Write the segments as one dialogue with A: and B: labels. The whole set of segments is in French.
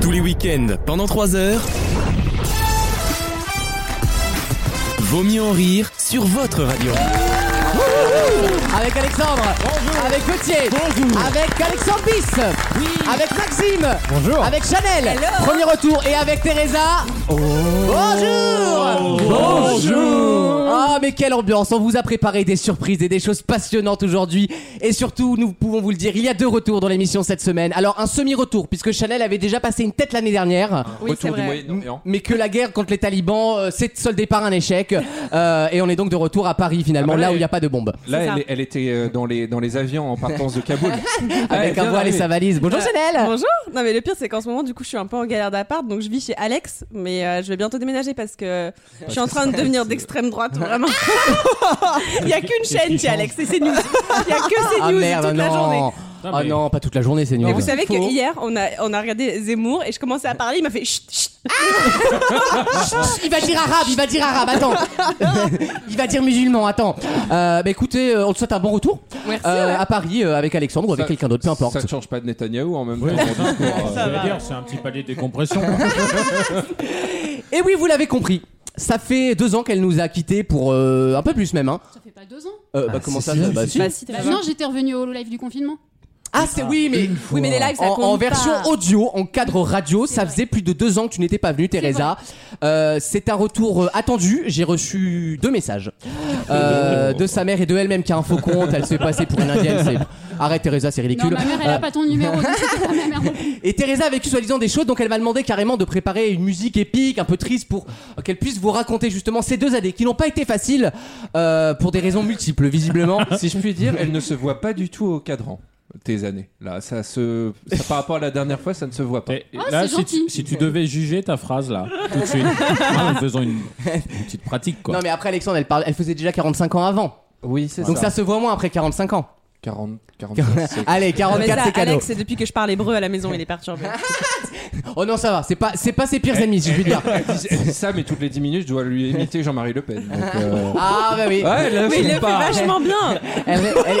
A: Tous les week-ends, pendant 3 heures. Vaut mieux en rire sur votre radio.
B: Avec Alexandre. Avec Gauthier. Avec Alexandre Bis. Avec Maxime.
C: Bonjour. Oh.
B: Avec Chanel. Premier retour. Et avec Teresa. Bonjour.
C: Bonjour.
B: Ah, mais quelle ambiance. On vous a préparé des surprises et des choses passionnantes aujourd'hui. Et surtout, nous pouvons vous le dire, il y a deux retours dans l'émission cette semaine. Alors, un semi-retour, puisque Chanel avait déjà passé une tête l'année dernière.
D: Oui, c'est vrai.
B: Mais que la guerre contre les talibans, euh, c'est soldé par un échec. Euh, et on est donc de retour à Paris finalement,
E: Ah bah
B: là
E: là,
B: où il n'y a pas de bombe.
E: Là,
D: C'est ça.
E: elle, elle était euh, dans les, dans les avions en partance de Kaboul.
B: Avec
E: bien
B: un voile et
E: arrivé.
B: sa valise. Bonjour
D: Euh,
B: Chanel
D: Bonjour. Non mais le pire c'est qu'en ce moment du coup je suis un peu en galère d'appart donc je vis chez Alex mais euh, je vais bientôt déménager parce que je suis en train de devenir d'extrême droite vraiment. Il y a qu'une chaîne chez Alex et c'est news. Il y a que c'est
B: Ah
D: news
B: merde,
D: toute la journée.
B: non Ah non, pas toute la journée, c'est nul.
D: Vous savez
E: Faux.
D: qu'hier on a on a regardé Zemmour et je commençais à parler il m'a fait chut chut.
B: Il va dire arabe, il va dire arabe, attends. il va dire musulman, attends. Euh, bah écoutez, euh, on te souhaite un bon retour
D: Merci.
B: euh,
D: ouais.
B: à Paris euh, avec Alexandre ou avec
E: Ça-
B: quelqu'un d'autre, peu importe.
E: Ça ne change pas de Netanyahou en même temps.
C: Ouais.
E: Son discours, euh,
D: Ça
C: J'allais
D: va.
C: dire, c'est un petit palier de décompression.
B: Et oui, vous l'avez compris. Ça fait deux ans qu'elle nous a quittés pour euh, un peu plus même. Hein.
F: Ça fait pas deux ans.
B: Euh, bah, comment ça, bah, si.
D: Bah, si, t'es
F: Bah,
D: là-bas.
F: non, j'étais revenue au live du confinement.
B: Ah, c'est oui, mais
D: Oui mais les lives ça
B: en,
D: compte
B: en version
D: pas.
B: audio, en cadre radio, ça faisait plus de deux ans que tu n'étais pas venue, Teresa. Euh, c'est un retour euh, attendu. J'ai reçu deux messages euh, de sa mère et de elle-même qui a un faux compte. Elle se fait passer pour une indienne. c'est- Arrête, Teresa, c'est
F: Non,
B: ridicule.
F: ma mère, elle a
B: Euh,
F: pas ton numéro. donc c'était pas ma mère.
B: et Teresa a vécu soi-disant des choses, donc elle m'a demandé carrément de préparer une musique épique, un peu triste, pour qu'elle puisse vous raconter justement ces deux années qui n'ont pas été faciles euh, pour des raisons multiples, visiblement.
E: si je puis dire, elle ne se voit pas du tout au cadran. Tes années. Là, ça se. ça, par rapport à la dernière fois, ça ne se voit pas.
C: Et- et
F: Ah,
C: là,
F: c'est
C: si tu,
F: gentil.
C: si tu devais juger ta phrase là, tout de suite, Ah, faisons une, une petite pratique quoi.
B: Non, mais après, Alexandre, elle, parle, elle faisait déjà 45 ans avant.
E: Oui, c'est
B: Donc ça se voit moins après 45 ans.
E: 40, 45, c'est-
B: Allez,
D: Non, mais
B: 44
D: ça,
B: c'est cadeau.
D: Alex, c'est depuis que je parle hébreu à la maison, il est perturbé.
B: Oh non, ça va, c'est pas c'est pas ses pires ennemis, si je puis dire.
E: Elle dit ça, mais toutes les 10 minutes, je dois lui imiter Jean-Marie Le Pen. Donc, euh,
B: Ah bah oui.
E: Ouais, là,
D: Mais il le
E: je
D: fait
E: pas.
D: vachement bien.
B: Elle, elle-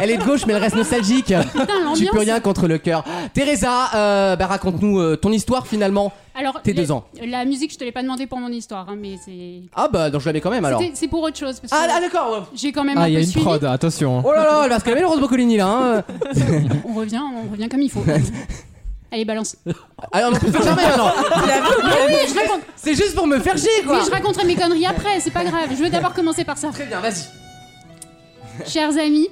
B: elle est de gauche mais elle reste nostalgique.
F: Putain,
B: Tu peux
F: l'ambiance.
B: rien contre le cœur. Teresa, euh, bah raconte-nous euh, ton histoire finalement.
F: Alors,
B: T'es
F: les-
B: deux ans.
F: La musique, je te l'ai pas demandé pour mon histoire, hein, mais c'est.
B: Ah bah donc je la mets quand même alors.
F: C'était- C'est pour autre chose. Parce que
B: Ah, ah, d'accord.
F: j'ai quand même
G: Ah,
F: un
G: il y a
F: peu
G: une
F: suivi.
G: prod, attention.
B: Oh là là, parce qu'elle met le Rose Boccolini là. Hein.
F: On revient, on revient comme il faut. Allez, balance.
B: Alors on peut faire jamais maintenant.
D: Il a vu
F: Ah oui, je raconte.
B: C'est juste pour me faire chier
F: Oui,
B: quoi.
F: je raconterai mes conneries après, c'est pas grave. Je veux d'abord commencer par ça.
B: Très bien, vas-y.
F: Chers amis,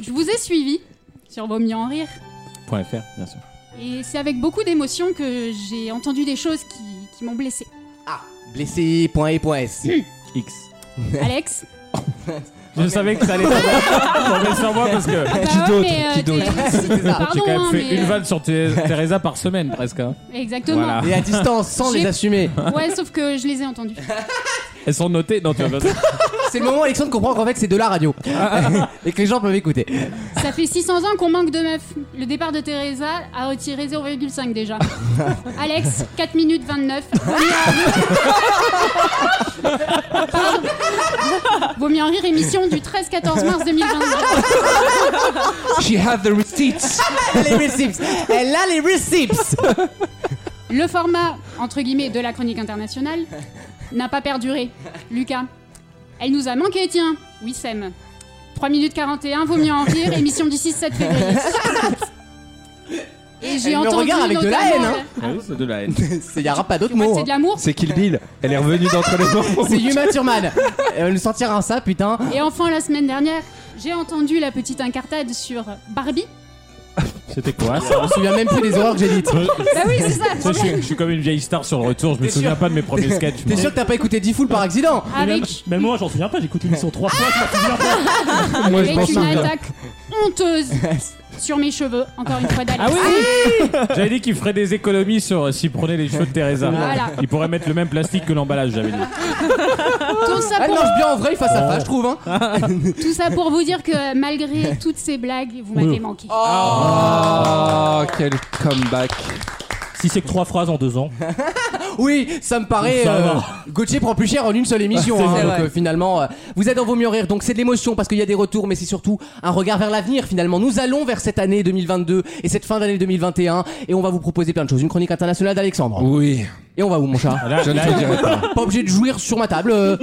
F: je vous ai suivis sur Vaut mieux en rire.
C: Point .fr, bien sûr.
F: Et c'est avec beaucoup d'émotion que j'ai entendu des choses qui, qui m'ont blessée.
B: Ah, blessé point et point S.
C: X.
F: Alex
C: Je savais que ça allait tomber sur moi parce que
F: Ah bah ouais, mais, euh, t'es-
C: j'ai
F: Pardon,
C: quand même
F: hein,
C: fait
F: mais,
C: une
F: euh,
C: vanne sur Thé- Teresa par semaine presque. hein.
F: Exactement.
C: Voilà.
B: Et à distance sans
F: J'ai-
B: les assumer.
F: Ouais, sauf que je les ai entendus.
C: Elles sont notées. Non, tu vas pas-
B: C'est le moment où Alexandre comprend qu'en fait c'est de la radio et que les gens peuvent écouter.
F: Ça fait 600 ans qu'on manque de meufs. Le départ de Teresa a retiré 0,5 déjà. Alex, 4 minutes 29. Vaut mieux en rire. Pardon. Vaut mieux en rire, émission du 13-14 mars 2022.
E: She have the receipts.
B: Elle a les receipts. Elle a les receipts.
F: Le format, entre guillemets, de la chronique internationale n'a pas perduré. Lucas, elle nous a manqué, tiens. Oui, Sam. 3 minutes 41, vaut mieux en rire, émission du 6-7 février. Et j'ai
B: Elle me
F: entendu
B: regarde avec de la
F: notamment-
B: haine, hein.
C: Ah oui, c'est de la haine.
B: Il n'y aura pas
F: Tu
B: d'autre
F: vois que
B: mot. hein.
F: c'est de l'amour.
E: C'est Kill Bill. Elle est revenue d'entre les morts.
B: C'est Yuma Thurman. Elle nous sortira ça, putain.
F: Et enfin, la semaine dernière, j'ai entendu la petite incartade sur Barbie.
C: C'était quoi ça
B: Je me souviens même plus des horreurs que j'ai dites.
F: Bah oui, c'est ça, le
C: Ça, je, suis, je
F: problème.
C: suis comme une vieille star sur le retour, je me souviens pas de mes premiers sketchs.
B: T'es
C: moi.
B: sûr que t'as pas écouté D-Fool par accident
F: Avec,
H: Même moi, j'en souviens pas, j'écoute l'émission trois fois, je m'en souviens pas.
E: Moi, je
F: avec
E: pense
F: une
B: hein.
F: attaque honteuse sur mes cheveux, encore une fois d'Alex.
C: Ah oui J'avais dit qu'il ferait des économies sur euh, s'il prenait les cheveux de Teresa.
F: Voilà.
C: Il pourrait mettre le même plastique que l'emballage, j'avais dit.
F: Tout ça
B: Elle
F: pour
B: marche bien en vrai, face à face, je trouve. Hein.
F: Tout ça pour vous dire que malgré toutes ces blagues, vous m'avez manqué.
E: Oh, quel comeback.
H: Si c'est que trois phrases en deux ans.
B: Oui, ça me paraît.
H: Ça
B: euh,
H: va.
B: Gauthier prend plus cher en une seule émission. hein,
D: vrai.
B: donc euh, finalement, euh, vous êtes dans Vaut mieux rire. Donc c'est de l'émotion parce qu'il y a des retours, mais c'est surtout un regard vers l'avenir finalement. Nous allons vers cette année 2022 et cette fin d'année 2021 et on va vous proposer plein de choses. Une chronique internationale d'Alexandre.
E: Oui,
B: Et on va où, mon chat
C: Là,
E: je ne
C: là,
E: te dirai pas.
B: Pas obligé de jouir sur ma table. euh,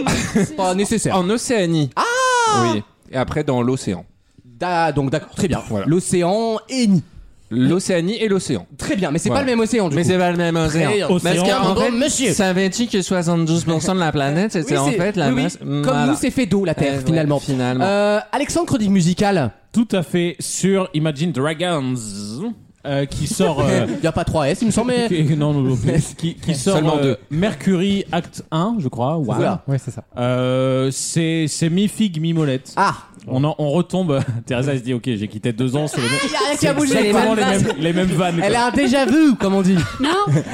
B: pas nécessaire.
E: En Océanie. Ah Oui. Et après, dans l'océan.
B: Da- donc d'accord, très bien.
E: Voilà.
B: L'océan et ni.
E: L'Océanie et l'océan.
B: Très bien, mais c'est
E: Voilà.
B: pas le même océan du
E: Mais
B: coup.
E: c'est pas le même océan.
B: Très bien.
E: Parce
H: Océan,
E: qu'en
B: pardon,
E: fait,
B: monsieur.
E: savais-tu que 72% de la planète, c'était
B: Oui,
E: en
B: c'est-
E: fait la
B: oui, oui.
E: masse.
B: Comme
E: Voilà.
B: nous, c'est fait d'eau la Terre
E: Eh ouais,
B: finalement.
E: finalement.
B: Euh, Alexandre, chronique musicale.
C: Tout à fait sur Imagine Dragons euh, qui sort. euh,
B: Il y a pas 3 S, il me semble. mais-
C: qui- non, non, non, plus. qui, qui sort
E: Seulement
C: euh, Mercury Act 1, je crois. Wow.
B: Voilà.
G: Ouais, c'est ça.
C: Euh, c'est c'est mi-figue, mi-molette.
B: Ah,
C: On, en- on retombe. Teresa elle se dit Ok, j'ai quitté deux ans sur les mêmes.
B: il y a rien qui
C: C'est
B: a bougé.
C: exactement les mêmes, les mêmes vannes.
B: Elle
C: quoi.
B: a un déjà vu, comme on dit.
F: Non,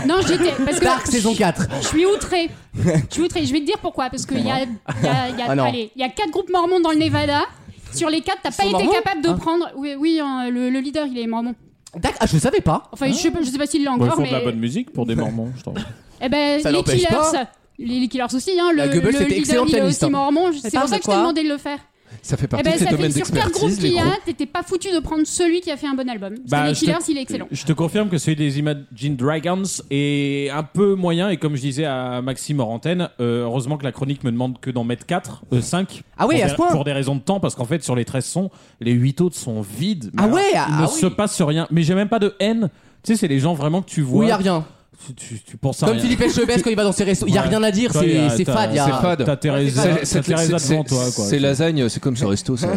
F: non, j'étais. Parce que
B: Dark saison 4.
F: Je suis outré. Je suis outré. Je vais te dire pourquoi. Parce qu'il y a, il y, a, il y, a,
B: Ah non.
F: allez, il y a quatre groupes mormons dans le Nevada. Sur les quatre, t'as pas
B: sont
F: été
B: mormons
F: capable de prendre. Oui, oui hein, le, le leader, il est mormon.
B: D'accord, ah, je savais pas.
F: Enfin, je, sais pas, je sais pas s'il l'a
C: Bon, ils
F: encore,
C: font
F: mais.
C: de la bonne musique pour des mormons, je t'en prie.
F: Eh ben,
B: Ça
F: les
B: l'empêche
F: Killers.
B: pas.
F: Les, les Killers aussi, hein. Le,
B: Ah, Goebbels,
F: le
B: c'était excellent
F: leader, il est
B: pianiste, hein.
F: aussi mormon. C'est
D: parle de
F: pour ça que je t'ai
D: quoi
F: demandé de le faire.
E: Ça fait
F: Eh
E: partie
F: ben,
E: de ces
F: ça fait
E: domaines
F: sur quatre groupes
E: d'expertise.
F: qu'il
E: les
F: y a,
E: groupes.
F: t'étais pas foutu de prendre celui qui a fait un bon album. Parce
C: Bah,
F: que les
C: je te-
F: Killers, il est excellent.
C: Je te confirme que celui des Imagine Dragons est un peu moyen et comme je disais à Maxime hors antenne, euh, heureusement que la chronique me demande que d'en mettre 4, 5.
B: Ah oui,
C: pour
B: à
C: des-
B: ce point
C: Pour des raisons de temps, parce qu'en fait, sur les 13 sons, les 8 autres sont vides.
B: Ah
C: Mais alors,
B: ouais, ah
C: Il
B: oui.
C: ne se passe rien. Mais j'ai même pas de haine. Tu sais, c'est les gens vraiment que tu vois.
B: Oui, y a rien.
C: Tu, tu- tu penses à
B: Comme
C: rien.
B: Philippe Etchebest quand il va dans ses restos, y a
C: Ouais.
B: rien à dire,
C: Toi, y
B: c'est
C: a-
B: c'est
C: t'as-
B: fade. y a-
E: c'est fade.
C: T'as Teresa,
E: C'est-
C: t'as
E: c'est-
C: Teresa
E: c'est-
C: devant toi,
E: c'est-
C: quoi.
E: C'est lasagne, c'est comme ce resto,
B: Ah,
E: ça.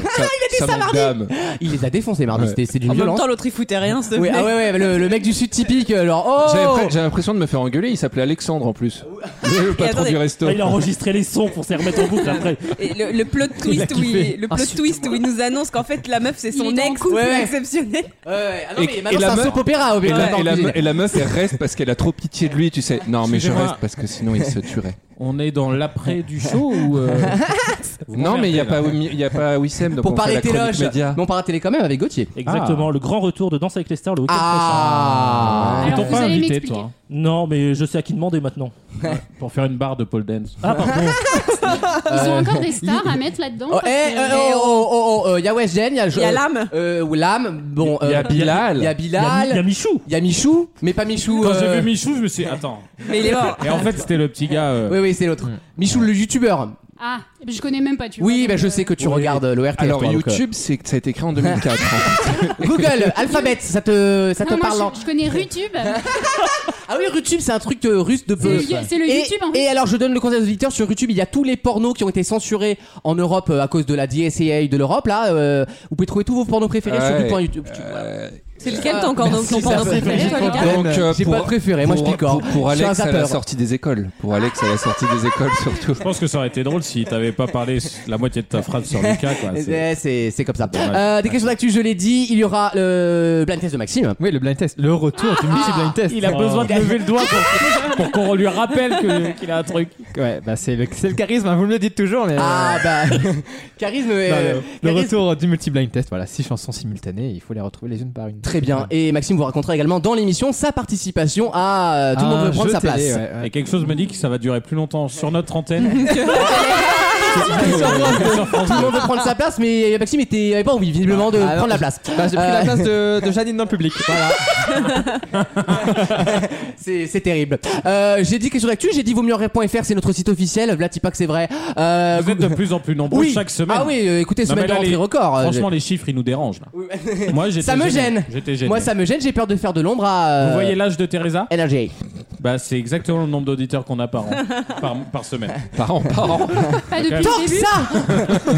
E: ça ça manque d'âme.
B: Il les a défoncés, mardi, c'était- c'est d'une
D: En même
B: violence.
D: temps, l'autre, il foutait rien, ce
B: Oui,
D: mec.
B: ah ouais, ouais, le, le mec du sud typique, euh, genre
E: J'avais
B: oh
E: pr- J'avais l'impression de me faire engueuler, il s'appelait Alexandre en plus. Le patron
D: attendez.
E: du resto.
H: Ah, il a enregistré les sons pour s'y remettre en boucle après.
C: Ah.
D: Et le, le plot twist, où il, le plot twist où il nous annonce qu'en fait la meuf c'est
F: Il
D: son
F: est en
D: ex
F: couple.
D: c'est
B: Ouais.
D: exceptionnel.
B: Ouais, ouais, ah non,
E: Et-
B: mais
E: et
B: maintenant, c'est
E: la
B: un
E: meuf-
B: soap opéra, au
E: Et
B: Big Bang
E: la, et la
B: Theory.
E: me- et la meuf, elle reste parce qu'elle a trop pitié de lui, tu sais. Non, mais je
C: Excusez-moi.
E: reste parce que sinon il se tuerait.
C: On est dans l'après du show ou. euh, vous
E: Non, mais il n'y a,
C: m'emmerdez,
E: pas
C: là.
E: Wim- il y a pas Wissem. donc
B: Pour
E: on fait
B: parler
E: la chronique
B: téloche,
E: média.
B: mais on parle télé quand même avec Gauthier.
H: Exactement, le grand retour de Danse avec les stars le week-end
B: Ah
C: Ils
F: Alors,
C: t'ont
F: vous
C: pas
F: allez
C: invité,
F: m'expliquer.
C: toi, hein,
H: prochain. Non, mais je sais à qui demander maintenant.
C: pour faire une barre de pole dance.
H: Ah, pardon.
F: Ils ont
B: Euh,
F: encore des stars à mettre là-dedans.
B: Oh, eh,
F: parce que-
B: euh, oh, oh, oh, oh, euh, y a Weshden, y a...
D: Il y a l'âme.
B: Euh, ou Lame, bon...
E: Il y a
B: euh,
E: Bilal.
B: y a
H: Il y
C: Ah,
H: a Mi- il y a
B: Bilal,
H: Michou.
B: y a Michou, mais pas Michou...
C: Quand
B: euh,
C: j'ai vu Michou, je me suis dit, attends.
D: Mais il est mort.
C: Et en fait, c'était le petit gars. euh,
B: Oui, oui, c'est
E: Hmm.
B: l'autre. Michou, le youtubeur.
F: Ah, je connais même pas, tu vois.
B: oh. Oui,
F: donc,
B: bah, je
F: euh,
B: sais que tu regardes l'ORTF.
E: Alors
B: euh,
E: YouTube, c'est que ça a été créé en 2004. en fait.
B: Google, Alphabet, ça te, ça
F: Non,
B: te
F: moi,
B: parle. hein.
F: je, je connais Rutube.
B: Ah oui, YouTube, c'est un truc euh, russe de peu.
F: C'est le- c'est le
B: Et-
F: YouTube, en
B: et,
F: fait.
B: alors, je donne le conseil aux auditeurs sur YouTube. Il y a tous les pornos qui ont été censurés en Europe euh, à cause de la DSA de l'Europe. Là, euh, vous pouvez trouver tous vos pornos préférés sur
E: Ouais.
B: sur YouTube.
E: Euh,
D: C'est lequel ton corno ton porno préféré toi, Lucas
E: Donc, euh,
B: J'ai
E: pour-
B: pas de préféré, moi je
E: pour,
B: picore.
E: pour, pour
B: Je suis un
E: Alex, à la
B: zappeur.
E: sortie des écoles. Pour Alex, à la sortie des écoles, surtout.
C: Je pense que ça aurait été drôle si t'avais pas parlé s- la moitié de ta phrase sur Lucas. Quoi. C'est-
B: Eh, C'est c'est comme ça.
C: Dommage.
B: Euh, des questions d'actu, je l'ai dit. Il y aura le blind test de Maxime.
G: Oui, le blind test. Le retour du
B: Ah,
G: multi-blind test.
H: Euh,
C: Il a besoin de lever le doigt pour, pour qu'on lui rappelle que- qu'il a un truc.
G: Ouais, bah c'est le, c'est le charisme, hein, vous me le dites toujours, mais.
B: Ah bah, charisme.
G: Non,
E: Bah,
B: euh,
G: le
B: charisme.
G: retour du multi-blind test, voilà, six chansons simultanées, il faut les retrouver les unes par une.
B: Très bien. Et Maxime vous racontera également dans l'émission sa participation à euh, Tout le
E: Ah,
B: monde veut prendre sa place.
C: Et quelque chose me dit que ça va durer plus longtemps sur notre antenne. Que sur France
B: Tout le
C: Bleu.
B: monde veut prendre sa place, mais Maxime était, avait pas envie visiblement de
G: Ah,
B: prendre
G: non.
B: la place.
G: Bah, j'ai pris
B: Euh,
G: la place de, de Janine dans le public. Voilà.
B: C'est c'est terrible. Euh, j'ai dit question d'actu, j'ai dit vaut mieux en rire.fr, c'est notre site officiel. Vlatipac, c'est vrai. Euh,
C: Vous êtes de plus en plus nombreux
B: oui.
C: chaque semaine.
B: Ah oui, euh, écoutez,
C: Non, mais
B: semaine de
C: là,
B: rentrée
C: les-
B: record. euh,
C: Franchement, les chiffres, ils nous dérangent. Là. Moi, j'étais
B: Ça me
C: gêné.
B: gêne.
C: J'étais
B: j'ai-
C: gêné.
B: Moi, ça me gêne, j'ai peur de faire de l'ombre à. euh,
C: Vous voyez l'âge de Teresa
B: NRJ.
C: Bah, c'est exactement le nombre d'auditeurs qu'on a par an, par, par semaine.
E: Par an, par an.
F: Pas depuis
C: Ah,
B: Tant
F: le
B: que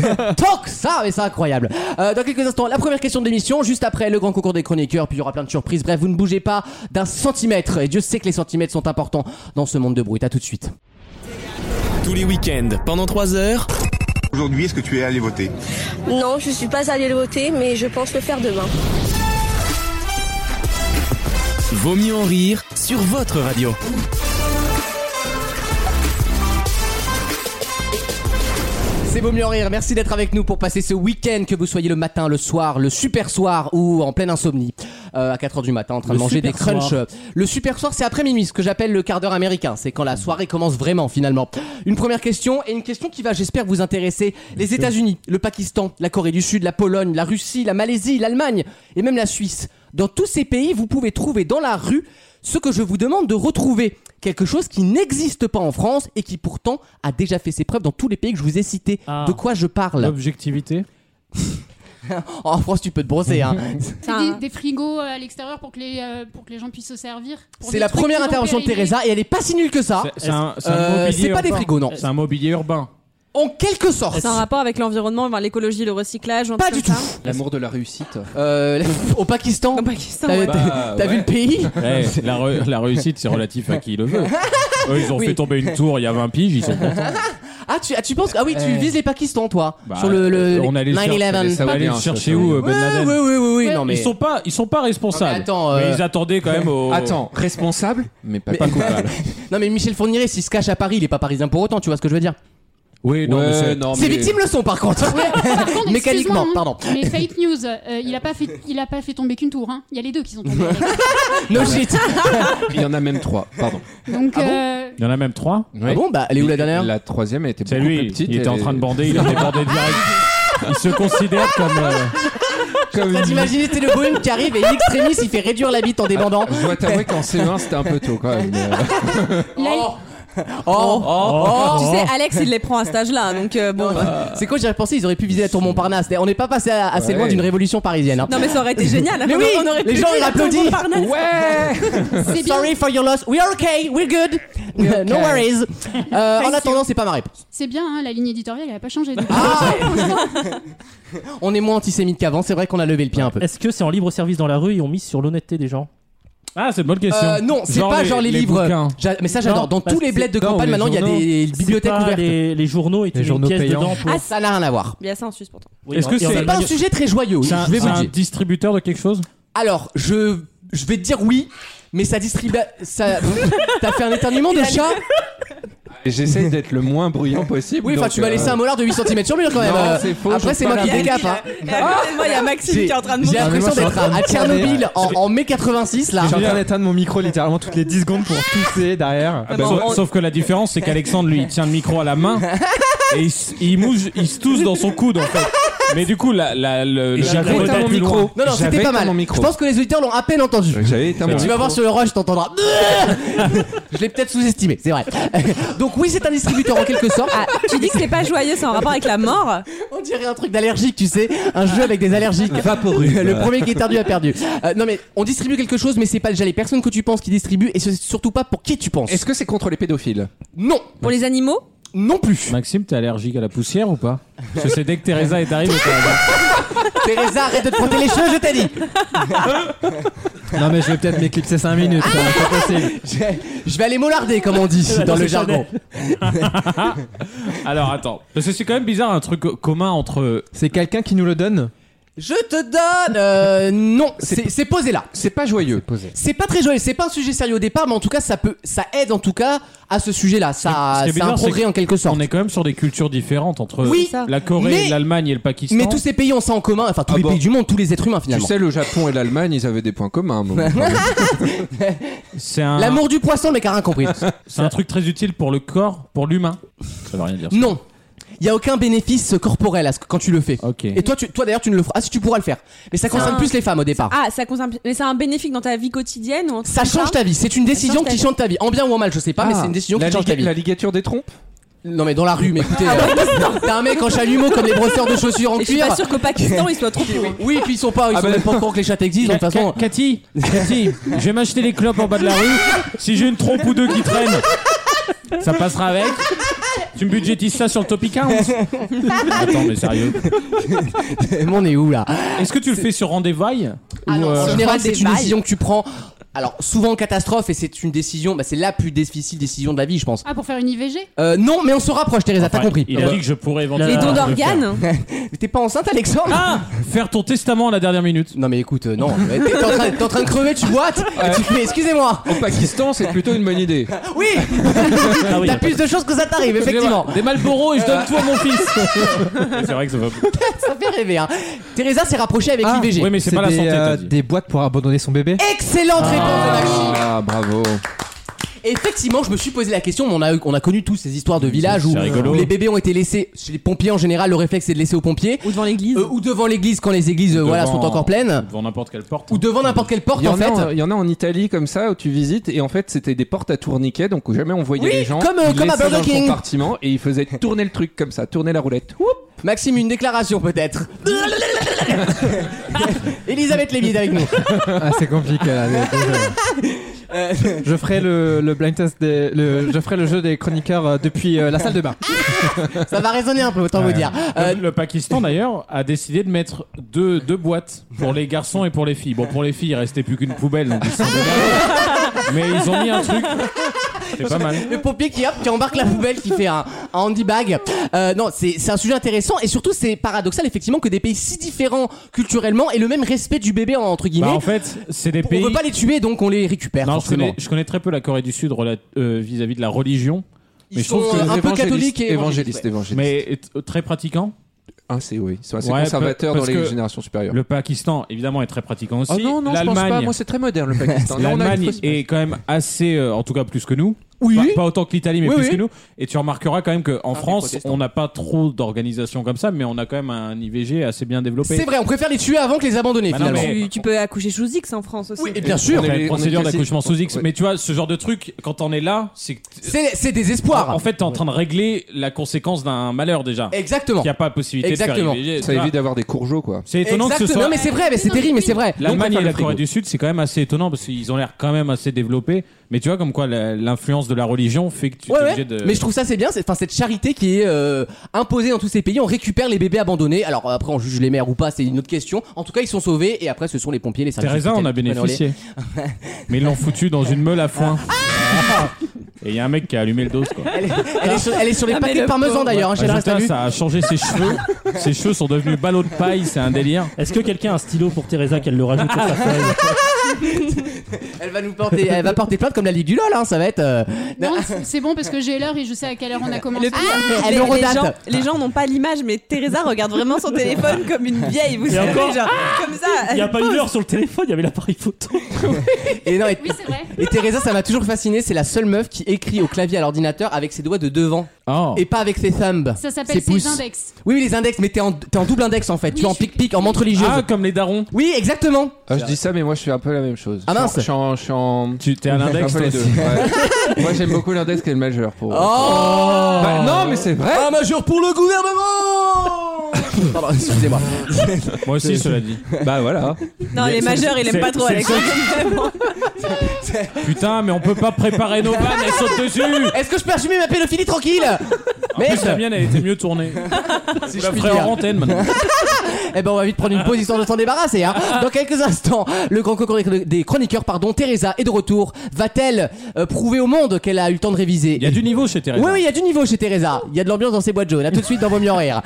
F: début.
B: ça Tant que ça Mais c'est incroyable Euh, Dans quelques instants, la première question de l'émission, juste après le grand concours des chroniqueurs, puis il y aura plein de surprises. Bref, vous ne bougez pas d'un centimètre. Et Dieu sait que les centimètres sont importants dans ce monde de bruit. À tout de suite.
A: Tous les week-ends, pendant 3 heures,
I: Aujourd'hui, est-ce que tu es allé voter
J: Non, je suis pas allée le voter, mais je pense le faire demain.
A: Vaut mieux en rire sur votre radio.
B: C'est Vaut mieux en rire, merci d'être avec nous pour passer ce week-end, que vous soyez le matin, le soir, le super soir ou en pleine insomnie. euh, à 4h du matin en train
H: Le
B: de manger des
H: super
B: crunchs.
H: soir.
B: Le super soir, c'est après minuit, ce que j'appelle le quart d'heure américain. C'est quand la soirée commence vraiment, finalement. Une première question, et une question qui va, j'espère, vous intéresser. Les États-Unis, le Pakistan, la Corée du Sud, la Pologne, la Russie, la Malaisie, l'Allemagne, et même la Suisse. Dans tous ces pays, vous pouvez trouver dans la rue ce que je vous demande de retrouver. Quelque chose qui n'existe pas en France et qui pourtant a déjà fait ses preuves dans tous les pays que je vous ai cités.
H: Ah.
B: De quoi je
C: Euh,
B: parle Oh,
C: L'objectivité
B: En France, tu peux te brosser. Hein.
F: C'est des, des frigos à l'extérieur pour que les euh, pour que les gens puissent se servir. pour
B: C'est
F: des
B: la
F: trucs
B: première
F: qui vont
B: intervention de
F: périmer.
B: Teresa et elle est pas si nulle que ça.
C: C'est- C'est un, c'est un
B: Euh,
C: mobilier
B: c'est pas des
C: urbain.
B: frigos, non.
C: C'est un mobilier urbain.
B: En quelque sorte.
D: C'est un rapport avec l'environnement, enfin, l'écologie, le recyclage, un
B: Pas
D: truc
B: du
D: comme
B: tout.
D: ça
E: L'amour de la réussite.
B: Euh, au Pakistan,
D: Au Pakistan,
B: t'as
D: ouais.
B: t'as- t'as vu le pays
C: Bah, Ouais, Eh, la, re- la réussite, c'est relatif à qui le veut. Eux, ils ont
B: Oui.
C: fait tomber une tour il y a 20 piges, ils sont contents.
B: Ah tu, ah, tu penses Ah oui, tu
E: Eh.
B: vises les Pakistan, toi
C: Bah,
B: Sur le, le-
C: on allait le faire,
B: 9-11.
E: Ça va
C: Ça va aller
E: bien,
C: chercher
E: ça, ça
C: où
E: va
C: euh, Ben Laden
B: oui, oui, oui, oui,
C: Ouais,
B: non, mais...
C: ils, sont pas, ils sont pas responsables.
B: Non, mais attends, euh,
C: Mais ils attendaient quand même au.
E: Attends, responsable, mais pas,
B: Mais-
E: pas coupable.
B: non, mais Michel Fourniret, s'il se cache à Paris, il est pas parisien pour autant, tu vois ce que je veux dire
C: Oui, non,
E: Ouais,
C: mais c'est-
E: non,
B: Ses
E: mais-
B: victimes le sont, par contre
F: Oh, Par contre,
B: Mécaniquement,
F: excuse-moi, hein,
B: pardon.
F: Mais fake news, euh, il a pas fait il a pas fait tomber qu'une tour. hein. Il y a les deux qui sont tombés.
B: No shit
E: Il y en a même trois, pardon.
F: Donc
B: Ah bon
F: euh,
C: Il y en a même trois.
B: Ah bon, bah, elle est où la dernière
E: La troisième elle était
C: C'est
E: beaucoup
C: lui,
E: plus petite.
C: il était en
E: elle
C: train de
E: est-
C: bander, il était bandé direct. Il se considère comme. euh,
E: Comme une-
B: T'imagines, c'est le bohème qui arrive et l'extrémiste, il fait réduire la bite en débandant.
E: Je dois t'avouer qu'en C1, c'était un peu tôt quand même. mais, euh,
F: là,
B: Oh, oh,
D: Tu sais, Alex, il les prend à cet âge-là, donc euh, bon.
B: C'est quoi, j'aurais pensé, ils auraient pu viser la tour Montparnasse. On n'est pas passé à- assez
E: Ouais.
B: loin d'une révolution parisienne. hein.
D: Non, mais ça aurait été génial.
B: Mais oui,
D: on aurait
B: les
D: pu
B: gens,
D: dire
B: ils
D: à tout le monde
B: applaudissent.
D: Parnasse.
F: c'est bien.
B: Sorry for your loss. We are okay, we're good. No worries. Euh, en attendant, c'est pas ma réponse.
F: C'est bien, hein, la ligne éditoriale, elle a pas changé. euh, depuis.
B: Ah. On est moins antisémite qu'avant, c'est vrai qu'on a levé le pied un peu.
H: Est-ce que c'est en libre service dans la rue et on mise sur l'honnêteté des gens
C: Oh. Ah, c'est une bonne question.
B: Euh, non, c'est pas genre les, livres.
C: bouquins.
B: J'a- Mais ça, j'adore.
H: Non,
B: Dans
H: parce
B: tous les
H: que
B: bleds de
H: c'est- non,
B: campagne,
H: les
B: maintenant, il y a
H: journaux,
B: des bibliothèques
H: C'est pas
B: ouvertes.
H: Les, les journaux et tu
G: Les
H: mets
G: journaux
H: une pièce
G: payants.
H: dedans. Pour...
B: Ah, ça n'a rien à voir.
D: Bien, ça, en Suisse pourtant.
H: Oui,
C: Est-ce
H: en-
C: que
H: et en
C: c'est
B: C'est pas un
H: Allemagne-
B: sujet très joyeux,
C: C'est un,
B: je vais vous
C: c'est un
B: le dire.
C: distributeur de quelque chose
B: Alors, je, je vais te dire oui, mais ça distribue. Ça... T'as fait un éternuement de chat
E: Et J'essaie d'être le moins bruyant possible.
B: Oui, enfin,
E: donc,
B: tu m'as
E: euh,
B: laissé un molar de 8 cm sur mur quand même.
E: Non,
B: euh.
E: c'est faux,
B: Après,
E: je
B: c'est
E: vois
B: moi
E: pas
B: qui
E: la
B: décape. hein.
D: Et à côté de moi, il y a Maxime
G: J'ai-
D: qui est en train de
B: J'ai
D: monter.
G: Ah, mais
B: l'impression
G: moi, je suis en
B: d'être
G: train de
B: à
G: tourner,
B: Tchernobyl en, en mai 86 là.
G: Je
C: Ah,
G: suis en train d'éteindre mon micro littéralement toutes les 10 secondes pour tousser derrière.
D: bah,
C: Ah, ben, sauf,
D: on-
C: sauf que la différence, c'est qu'Alexandre, lui, il tient le micro à la main et il, s- il mouge, il se tousse dans son coude, en fait. Mais du coup, la, la, le, la-
E: J'avais
C: la-
E: éteint mon
C: plus loin.
E: micro.
B: Non, non, c'était
E: J'avais
B: pas
E: éteint
B: mal.
E: mon
B: Je
E: micro.
B: pense que les auditeurs l'ont à peine entendu.
E: J'avais éteint mon
B: Tu vas
E: micro.
B: voir sur le rush, t'entendras. Je l'ai peut-être sous-estimé, c'est vrai. Donc, oui, c'est un distributeur en quelque sorte.
D: Ah, tu dis que c'est pas joyeux, c'est en rapport avec la mort.
B: On dirait un truc d'allergique, tu sais, un jeu avec des allergiques. le premier qui est perdu a perdu. Euh, non mais on distribue quelque chose, mais c'est pas déjà les personnes que tu penses qui distribuent, et c'est surtout pas pour qui tu penses.
E: Est-ce que c'est contre les pédophiles
B: Non,
D: Pour les animaux
B: non plus.
C: Maxime, t'es allergique à la poussière ou pas Parce que c'est dès que Teresa est arrivée. t'es allergique.
B: Teresa, arrête de te frotter les cheveux, je t'ai dit.
G: Non, mais je vais peut-être m'éclipser 5 minutes. ça, c'est pas possible.
B: Je, je vais aller mollarder, comme on dit dans le jargon.
C: Alors attends, parce que c'est quand même bizarre un truc commun entre.
G: C'est quelqu'un qui nous le donne
B: Je te donne. euh, non, c'est c'est posé là.
E: C'est pas joyeux.
B: C'est pas très joyeux, c'est pas un sujet sérieux au départ, mais en tout cas ça peut, ça aide en tout cas à ce sujet-là.
C: Ce
B: Ça,
C: qui est
B: c'est un
C: bizarre, c'est
B: progrès
C: que
B: en quelque sorte.
C: On est quand même sur des cultures différentes entre
B: Oui,
C: la Corée,
B: mais-
C: l'Allemagne et le Pakistan.
B: Mais tous ces pays ont ça en commun, enfin tous
E: Ah
B: les
E: bon
B: pays du monde, tous les êtres humains
E: Tu
B: finalement.
E: sais, le Japon et l'Allemagne, ils avaient des points communs. à un moment.
C: C'est un,
B: L'amour du poisson, mais qui a rien compris.
C: c'est un truc très utile pour le corps, pour l'humain. Ça veut rien dire.
B: non, il y a aucun bénéfice corporel à ce que, quand tu le fais.
C: Ok.
B: Et toi, tu, toi d'ailleurs, tu ne le feras. Ah, si tu pourras le faire. Mais ça concerne
D: Ah.
B: plus les femmes au départ.
D: Ah, ça concerne. Mais c'est un bénéfique dans ta vie quotidienne ou un truc
B: Ça
D: comme
B: change ta vie. C'est une décision
D: change ta
B: qui
D: vie.
B: change ta vie. En bien ou en mal, je sais
C: Ah.
B: pas, mais c'est une décision
E: la
B: qui change ta
E: liga-
B: vie.
E: La ligature des trompes
B: Non, mais dans la rue,
C: Ah,
B: mais écoutez,
C: bah,
B: euh, t'as un mec en chalumeau comme les brosseurs de chaussures en
D: Et je suis
B: cuir.
D: pas sûr qu'au Pakistan, ils soient trop pour. hein.
B: Oui, puis ils sont pas,
C: Ah, bah.
B: ils sont même pas au courant que les chats existent.
C: Ca-
B: Donc de toute façon,
C: Ca- Cathy, Cathy, je vais m'acheter les clopes en bas de la rue. Si j'ai une trompe ou deux qui traînent, ça passera avec. Tu me budgétises ça sur le topic 1 Attends, mais sérieux.
B: on est où là
C: Est-ce que tu le fais sur Rendez-Vaille
D: Ah
B: euh, En général, c'est une
D: Vaille.
B: décision que tu prends Alors, souvent catastrophe, et c'est une décision, bah, c'est la plus difficile décision de la vie, je pense.
F: Ah, pour faire une IVG
B: Euh, non, mais on se rapproche, Teresa, t'as
C: Enfin,
B: compris.
C: Il a dit que je pourrais
D: Les
C: éventuellement.
B: Ah,
D: dons
C: le faire.
D: d'organes
B: Mais T'es pas enceinte, Alexandre
C: Ah Faire ton testament à la dernière minute.
B: Non, mais écoute, euh, non. Mais T'es t'es en, train- t'es en train de crever, tu boites et tu fais, excusez-moi.
E: Au Pakistan, c'est plutôt une bonne idée.
B: Oui
C: Ah oui,
B: T'as plus de choses que ça t'arrive, effectivement.
C: Des Malboro et je donne tout à mon fils. c'est vrai que ça va.
B: Ça fait rêver, hein. Teresa s'est rapprochée avec
G: Ah,
B: l'IVG.
C: Oui, mais c'est pas la
G: des,
C: santé.
G: euh,
C: t'as dit.
G: des boîtes pour abandonner son bébé
B: Excellente réponse de Maxime.
E: Ah, bravo.
B: Effectivement, je me suis posé la question, mais on a, on a connu tous ces histoires de villages où,
C: C'est rigolo.
B: où les bébés ont été laissés chez les pompiers en général, le réflexe c'est de laisser aux pompiers,
D: ou devant l'église.
B: Euh, ou devant l'église quand les églises euh, voilà, sont
C: Devant-
B: encore pleines,
C: Devant n'importe quelle porte.
B: ou devant n'importe quelle porte
E: Il y,
B: en
E: en
B: fait. euh,
E: a, hein. il y en a en Italie comme ça où tu visites et en fait c'était des portes à tourniquet donc jamais on voyait
B: Oui,
E: les gens.
B: comme, euh,
E: ils
B: comme à
E: laissaient dans
B: Burger
E: le
B: King.
E: compartiment et ils faisaient tourner le truc comme ça, tourner la roulette. Oup
B: Maxime, une déclaration peut-être. Elisabeth Lévy est avec nous.
G: Ah, c'est compliqué là.
B: Euh,
G: je ferai le, le blind test des, le, je ferai le jeu des chroniqueurs euh, depuis euh, la salle de bain.
B: Ah Ça va résonner un peu, autant vous dire. Euh,
C: Le, le Pakistan d'ailleurs a décidé de mettre deux, deux boîtes pour les garçons et pour les filles. Bon, pour les filles, il restait plus qu'une poubelle, donc ils se sont démerdés. Mais ils ont mis un truc. C'est pas mal.
B: le pompier qui hop, qui embarque la poubelle, qui fait un, un handy bag. Euh, non, c'est c'est un sujet intéressant et surtout c'est paradoxal effectivement que des pays si différents culturellement et le même respect du bébé entre guillemets.
C: Bah, en fait, c'est des
B: On
C: pays.
B: veut pas les tuer donc on les récupère.
C: Non, je
B: forcément.
C: connais, je connais très peu la Corée du Sud rela- euh, vis-à-vis de la religion,
B: Ils
C: Mais je trouve
B: sont
C: que
B: euh,
E: Les
B: un peu
E: évangélistes-
B: catholiques et
E: évangélistes,
B: évangélistes.
E: évangélistes.
C: mais est- euh, très pratiquant.
E: Ah, c'est oui, ils sont assez
C: Ouais,
E: conservateurs dans
C: parce
E: les
C: que-
E: générations supérieures.
C: Le Pakistan, évidemment, est très pratiquant
B: Ah,
C: aussi.
E: Oh non, non, je pense pas.
C: L'Allemagne.
E: Moi, c'est très moderne le Pakistan. Là, on a une
C: L'Allemagne
E: fausse-
C: est quand même assez, euh, en tout cas plus que nous.
B: Oui.
C: Pas, pas autant que l'Italie, mais
B: Oui,
C: plus
B: oui.
C: que nous. Et tu remarqueras quand même qu'en
E: Ah, des
C: France,
E: protestants.
C: on n'a pas trop d'organisations comme ça, mais on a quand même un IVG assez bien développé.
B: C'est vrai, on préfère les tuer avant que les abandonner
C: Bah non,
B: finalement.
C: mais-
D: Tu, tu peux accoucher sous X en France aussi.
B: Oui, et bien sûr.
E: On est-
C: Après,
E: on est
C: procédure
E: classé-
C: d'accouchement sous X.
E: Ouais.
C: Mais tu vois, ce genre de truc, quand on est là, c'est. que-
B: C'est c'est
C: En,
B: désespoir.
C: en fait, t'es en train de régler la conséquence d'un malheur déjà.
B: Exactement.
C: Il n'y a pas possibilité
B: Exactement.
C: de faire IVG. tu
E: Ça
C: vois.
E: évite d'avoir des courgeaux, quoi.
C: C'est étonnant que
B: Exact-
C: ce soit.
B: Non mais c'est vrai, mais c'est
F: Mais non,
B: terrible, mais
F: oui.
B: c'est vrai.
C: L'Allemagne
E: Nous, on
C: et
E: préfère
C: la
E: le
C: Corée
E: frigo.
C: du Sud, c'est quand même assez étonnant parce qu'ils ont l'air quand même assez développés. Mais tu vois, comme quoi la- l'influence de la religion fait que tu
B: Ouais,
C: es
B: ouais.
C: obligé de.
B: Mais je trouve ça c'est bien, c'est- enfin cette charité qui est euh, imposée dans tous ces pays, on récupère les bébés abandonnés. Alors euh, après on juge les mères ou pas, c'est une autre question. En tout cas ils sont sauvés et après ce sont les pompiers, les services.
C: Teresa en
B: sociaux
C: a
B: qui prennent le relais.
C: bénéficié. Mais ils l'ont foutu dans une meule à foin. Ah Et il y a un mec qui a allumé le dos. Quoi. Ah,
B: Elle, elle est sur, elle est sur les paquets de parmesan d'ailleurs, hein, chez la
C: Résultat,
B: Restauration.
C: ça a changé ses cheveux. ses cheveux sont devenus ballots de paille, c'est un délire.
H: Est-ce que quelqu'un a un stylo pour Teresa qu'elle le rajoute sur sa
C: Ah,
H: feuille
B: Elle va nous porter, elle va porter plainte comme la Ligue du LOL, hein, ça va être. euh,
F: Non, c'est c'est bon parce que j'ai l'heure et je sais à quelle heure on a commencé. Ah,
D: Le pire, c'est que
B: Ah, elle
D: les,
B: le
D: les
B: redate.
D: gens, les gens n'ont pas l'image, mais Teresa regarde vraiment son téléphone comme une vieille, vous
H: Et
D: savez,
H: encore,
D: genre, comme ça.
H: Il n'y a pas une heure sur le téléphone, il y avait l'appareil photo.
B: Et non, et-
F: Oui, c'est vrai.
B: Et Teresa, ça m'a toujours fasciné, c'est la seule meuf qui écrit au clavier à l'ordinateur avec ses doigts de devant
C: Oh.
B: et pas avec ses thumbs.
F: Ça
B: Ses
F: s'appelle ses
B: pouces.
F: index.
B: Oui, oui, les index, mais t'es en, t'es en double index en fait, tu es en
F: je suis-
B: pic-pic, en montre religieuse.
C: Ah, comme les darons.
B: oui, exactement.
E: Ah, je dis ça, mais moi, je fais un peu la même chose.
B: Ah, mince.
E: Je suis en- je suis en-
C: Tu t'es un
E: je suis
C: index.
E: un peu
C: toi
E: les deux.
C: aussi.
E: Ouais. Moi, j'aime beaucoup l'index qui est le majeur pour.
B: Oh
E: Bah, non, mais c'est vrai.
B: Un majeur pour le gouvernement Pardon, excusez-moi.
C: Moi aussi, cela dit.
B: Oh.
E: Bah voilà.
C: Ah.
D: Non, les majeurs, il aime
C: c'est-
D: pas trop
C: c'est-
D: Alex.
C: Putain, mais on peut pas préparer nos vannes, elles sautent dessus.
B: Est-ce que je peux assumer ma pédophilie tranquille
C: En
B: Mais
C: plus, la mienne, elle était mieux tournée.
B: si
C: Je
B: je
C: la
B: puis
C: ferai
B: dire.
C: en antenne maintenant.
B: Eh ben on va vite prendre une pause histoire de s'en débarrasser hein. Dans quelques instants, le grand concours des chroniqueurs, pardon, Teresa est de retour. Va-t-elle euh, prouver au monde qu'elle a eu le temps de réviser
C: Il y a du niveau chez Teresa.
B: Oui, oui, il y a du niveau chez Teresa. Il y a de l'ambiance dans ses boîtes jaunes. À tout de suite dans Vaut mieux en rire.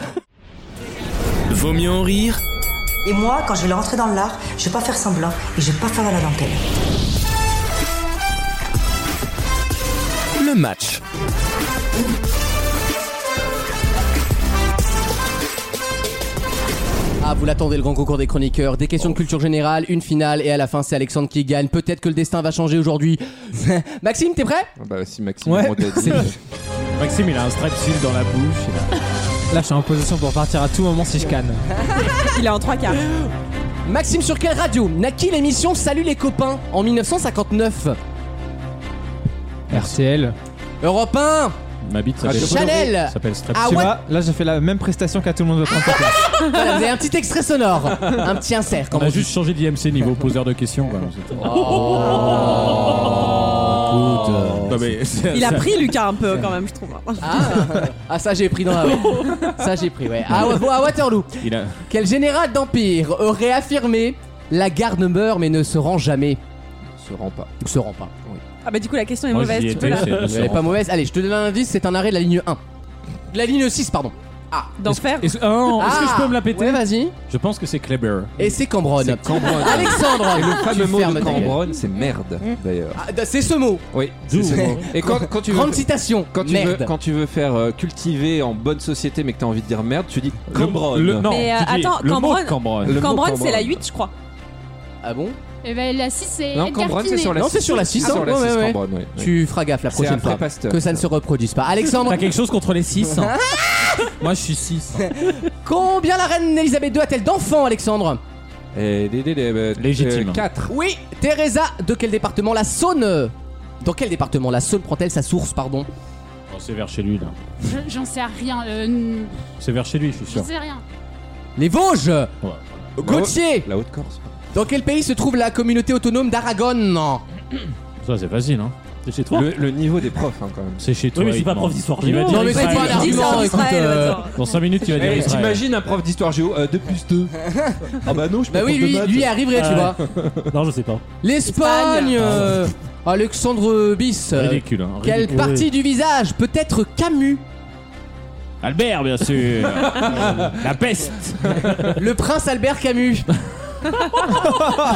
A: Vaut mieux en rire
K: Et moi, quand je vais rentrer dans l'art, je vais pas faire semblant et je vais pas faire à la dentelle.
A: le match.
B: Ah, vous l'attendez, le grand concours des chroniqueurs. Des questions de culture générale, une finale, et à la fin, c'est Alexandre qui gagne. Peut-être que le destin va changer aujourd'hui. Maxime, t'es prêt
E: Bah si Maxime
G: Ouais.
E: Montaigne-
C: Maxime, il a un strepsil dans la bouche. il a-
G: Là, je suis en position pour partir à tout moment si je canne.
D: Il est en trois quarts.
B: Maxime, sur quelle radio naquit l'émission Salut les copains en 1959
G: RTL.
B: Europe 1
C: Ma bite s'appelle
E: Radio
B: Chanel.
C: Ça s'appelle Strepsil.
B: Ah
G: Tu
B: ouais
G: vois, là, j'ai fait la même prestation qu'à tout le monde veut prendre sa place.
B: Voilà, Vous avez un petit extrait sonore, un petit insert.
C: On
G: Ah,
B: Comme
C: a
B: on dit.
C: juste changé d'IMC niveau poseur de questions. quoi. C'est- Non, mais euh, c'est-
D: Il a
C: c'est-
D: pris Lucas un peu quand même, je trouve.
B: Ah, ah, ça j'ai pris dans la... ouais. Ça j'ai pris, ouais. Ah, ouais, à Waterloo.
C: il a-
B: Quel général d'Empire aurait affirmé La gare ne meurt mais ne se rend jamais
E: se rend pas.
B: Il se rend pas.
D: Ah bah du coup la question est
E: Moi,
D: mauvaise.
E: j'y
D: Tu peux
E: étais,
D: la...
E: c'est-
B: Elle est pas mauvaise. Allez, je te donne un indice, c'est un arrêt de la ligne 1. De la ligne 6, pardon. Ah,
D: d'enfer.
C: Est-ce ah non, est-ce que je peux me la péter
B: Ouais, vas-y.
C: Ah. Je pense que c'est Kleber.
B: Et c'est Cambronne.
E: C'est Cambronne.
B: Alexandre,
E: Et le fameux
B: Ah, tu
E: mot
B: fermes
E: de
B: ta gueule.
E: Cambronne, c'est merde, d'ailleurs.
B: Ah, C'est ce mot.
E: Oui, c'est ce mot. Et quand, quand tu veux,
B: Grande citation.
E: quand tu
B: Merde.
E: veux, quand tu veux faire euh, cultiver en bonne société, mais que t'as envie de dire merde, tu dis Cambronne.
C: le- non.
D: Mais euh,
C: Didier,
D: attends,
C: le mot
D: Cambronne,
C: Cambronne.
E: Le mot
D: Cambronne, c'est
E: Cambronne.
D: la 8 je crois.
B: Ah bon
F: Et ben la 6 c'est
E: Non,
F: Edgar
E: Cambronne, c'est
F: Quinet.
E: sur la
B: Non,
E: 6.
B: c'est sur la 6.
E: Ah, sur la
B: ouais,
E: 6,
B: ouais, ouais.
E: Cambronne, oui, oui.
B: Tu feras gaffe la
E: C'est
B: prochaine
E: après
B: fois.
E: Pasteur.
B: Que ça ne se reproduise pas. Alexandre,
C: T'as quelque chose contre les 6 hein Moi je suis 6.
B: combien la reine Elisabeth II a-t-elle d'enfants, Alexandre
E: Et des- des- des- euh,
C: Légitime.
E: 4.
B: Oui. Teresa, de quel département la Saône Dans quel département la Saône prend-elle sa source, pardon
C: Oh, c'est vers chez lui là.
F: Je- J'en sais rien. euh, n-
C: C'est vers chez lui, je suis sûr.
F: J'en sais rien.
B: Les Vosges Gauthier
E: Oh, La Haute-Corse.
B: Dans quel pays se trouve la communauté autonome d'Aragon
C: Ça c'est facile hein.
H: C'est chez toi
E: Le, le niveau des profs, hein, quand même.
C: C'est chez toi.
H: Oui, mais je suis
C: il
H: pas
C: ment.
H: prof d'histoire.
B: Non,
H: géo.
B: mais c'est pas un
D: Dis ça
B: argument,
D: en
B: écoute,
D: Israël.
B: euh,
D: attends.
C: Dans 5 minutes, tu vas dire
E: Eh,
C: Israël.
E: T'imagines un prof d'histoire géo euh, 2 plus 2 Ah bah non, je suis
B: Bah
E: pas
B: oui,
E: prof de
B: lui,
E: maths.
B: lui arriverait, tu
H: Ouais.
B: vois.
H: Non, je sais pas.
B: L'Espagne euh, Alexandre Bis. euh,
C: Ridicule hein.
B: Quelle
C: ridicule.
B: partie du visage Peut-être Camus.
C: Albert bien sûr. La peste.
B: Le prince Albert Camus.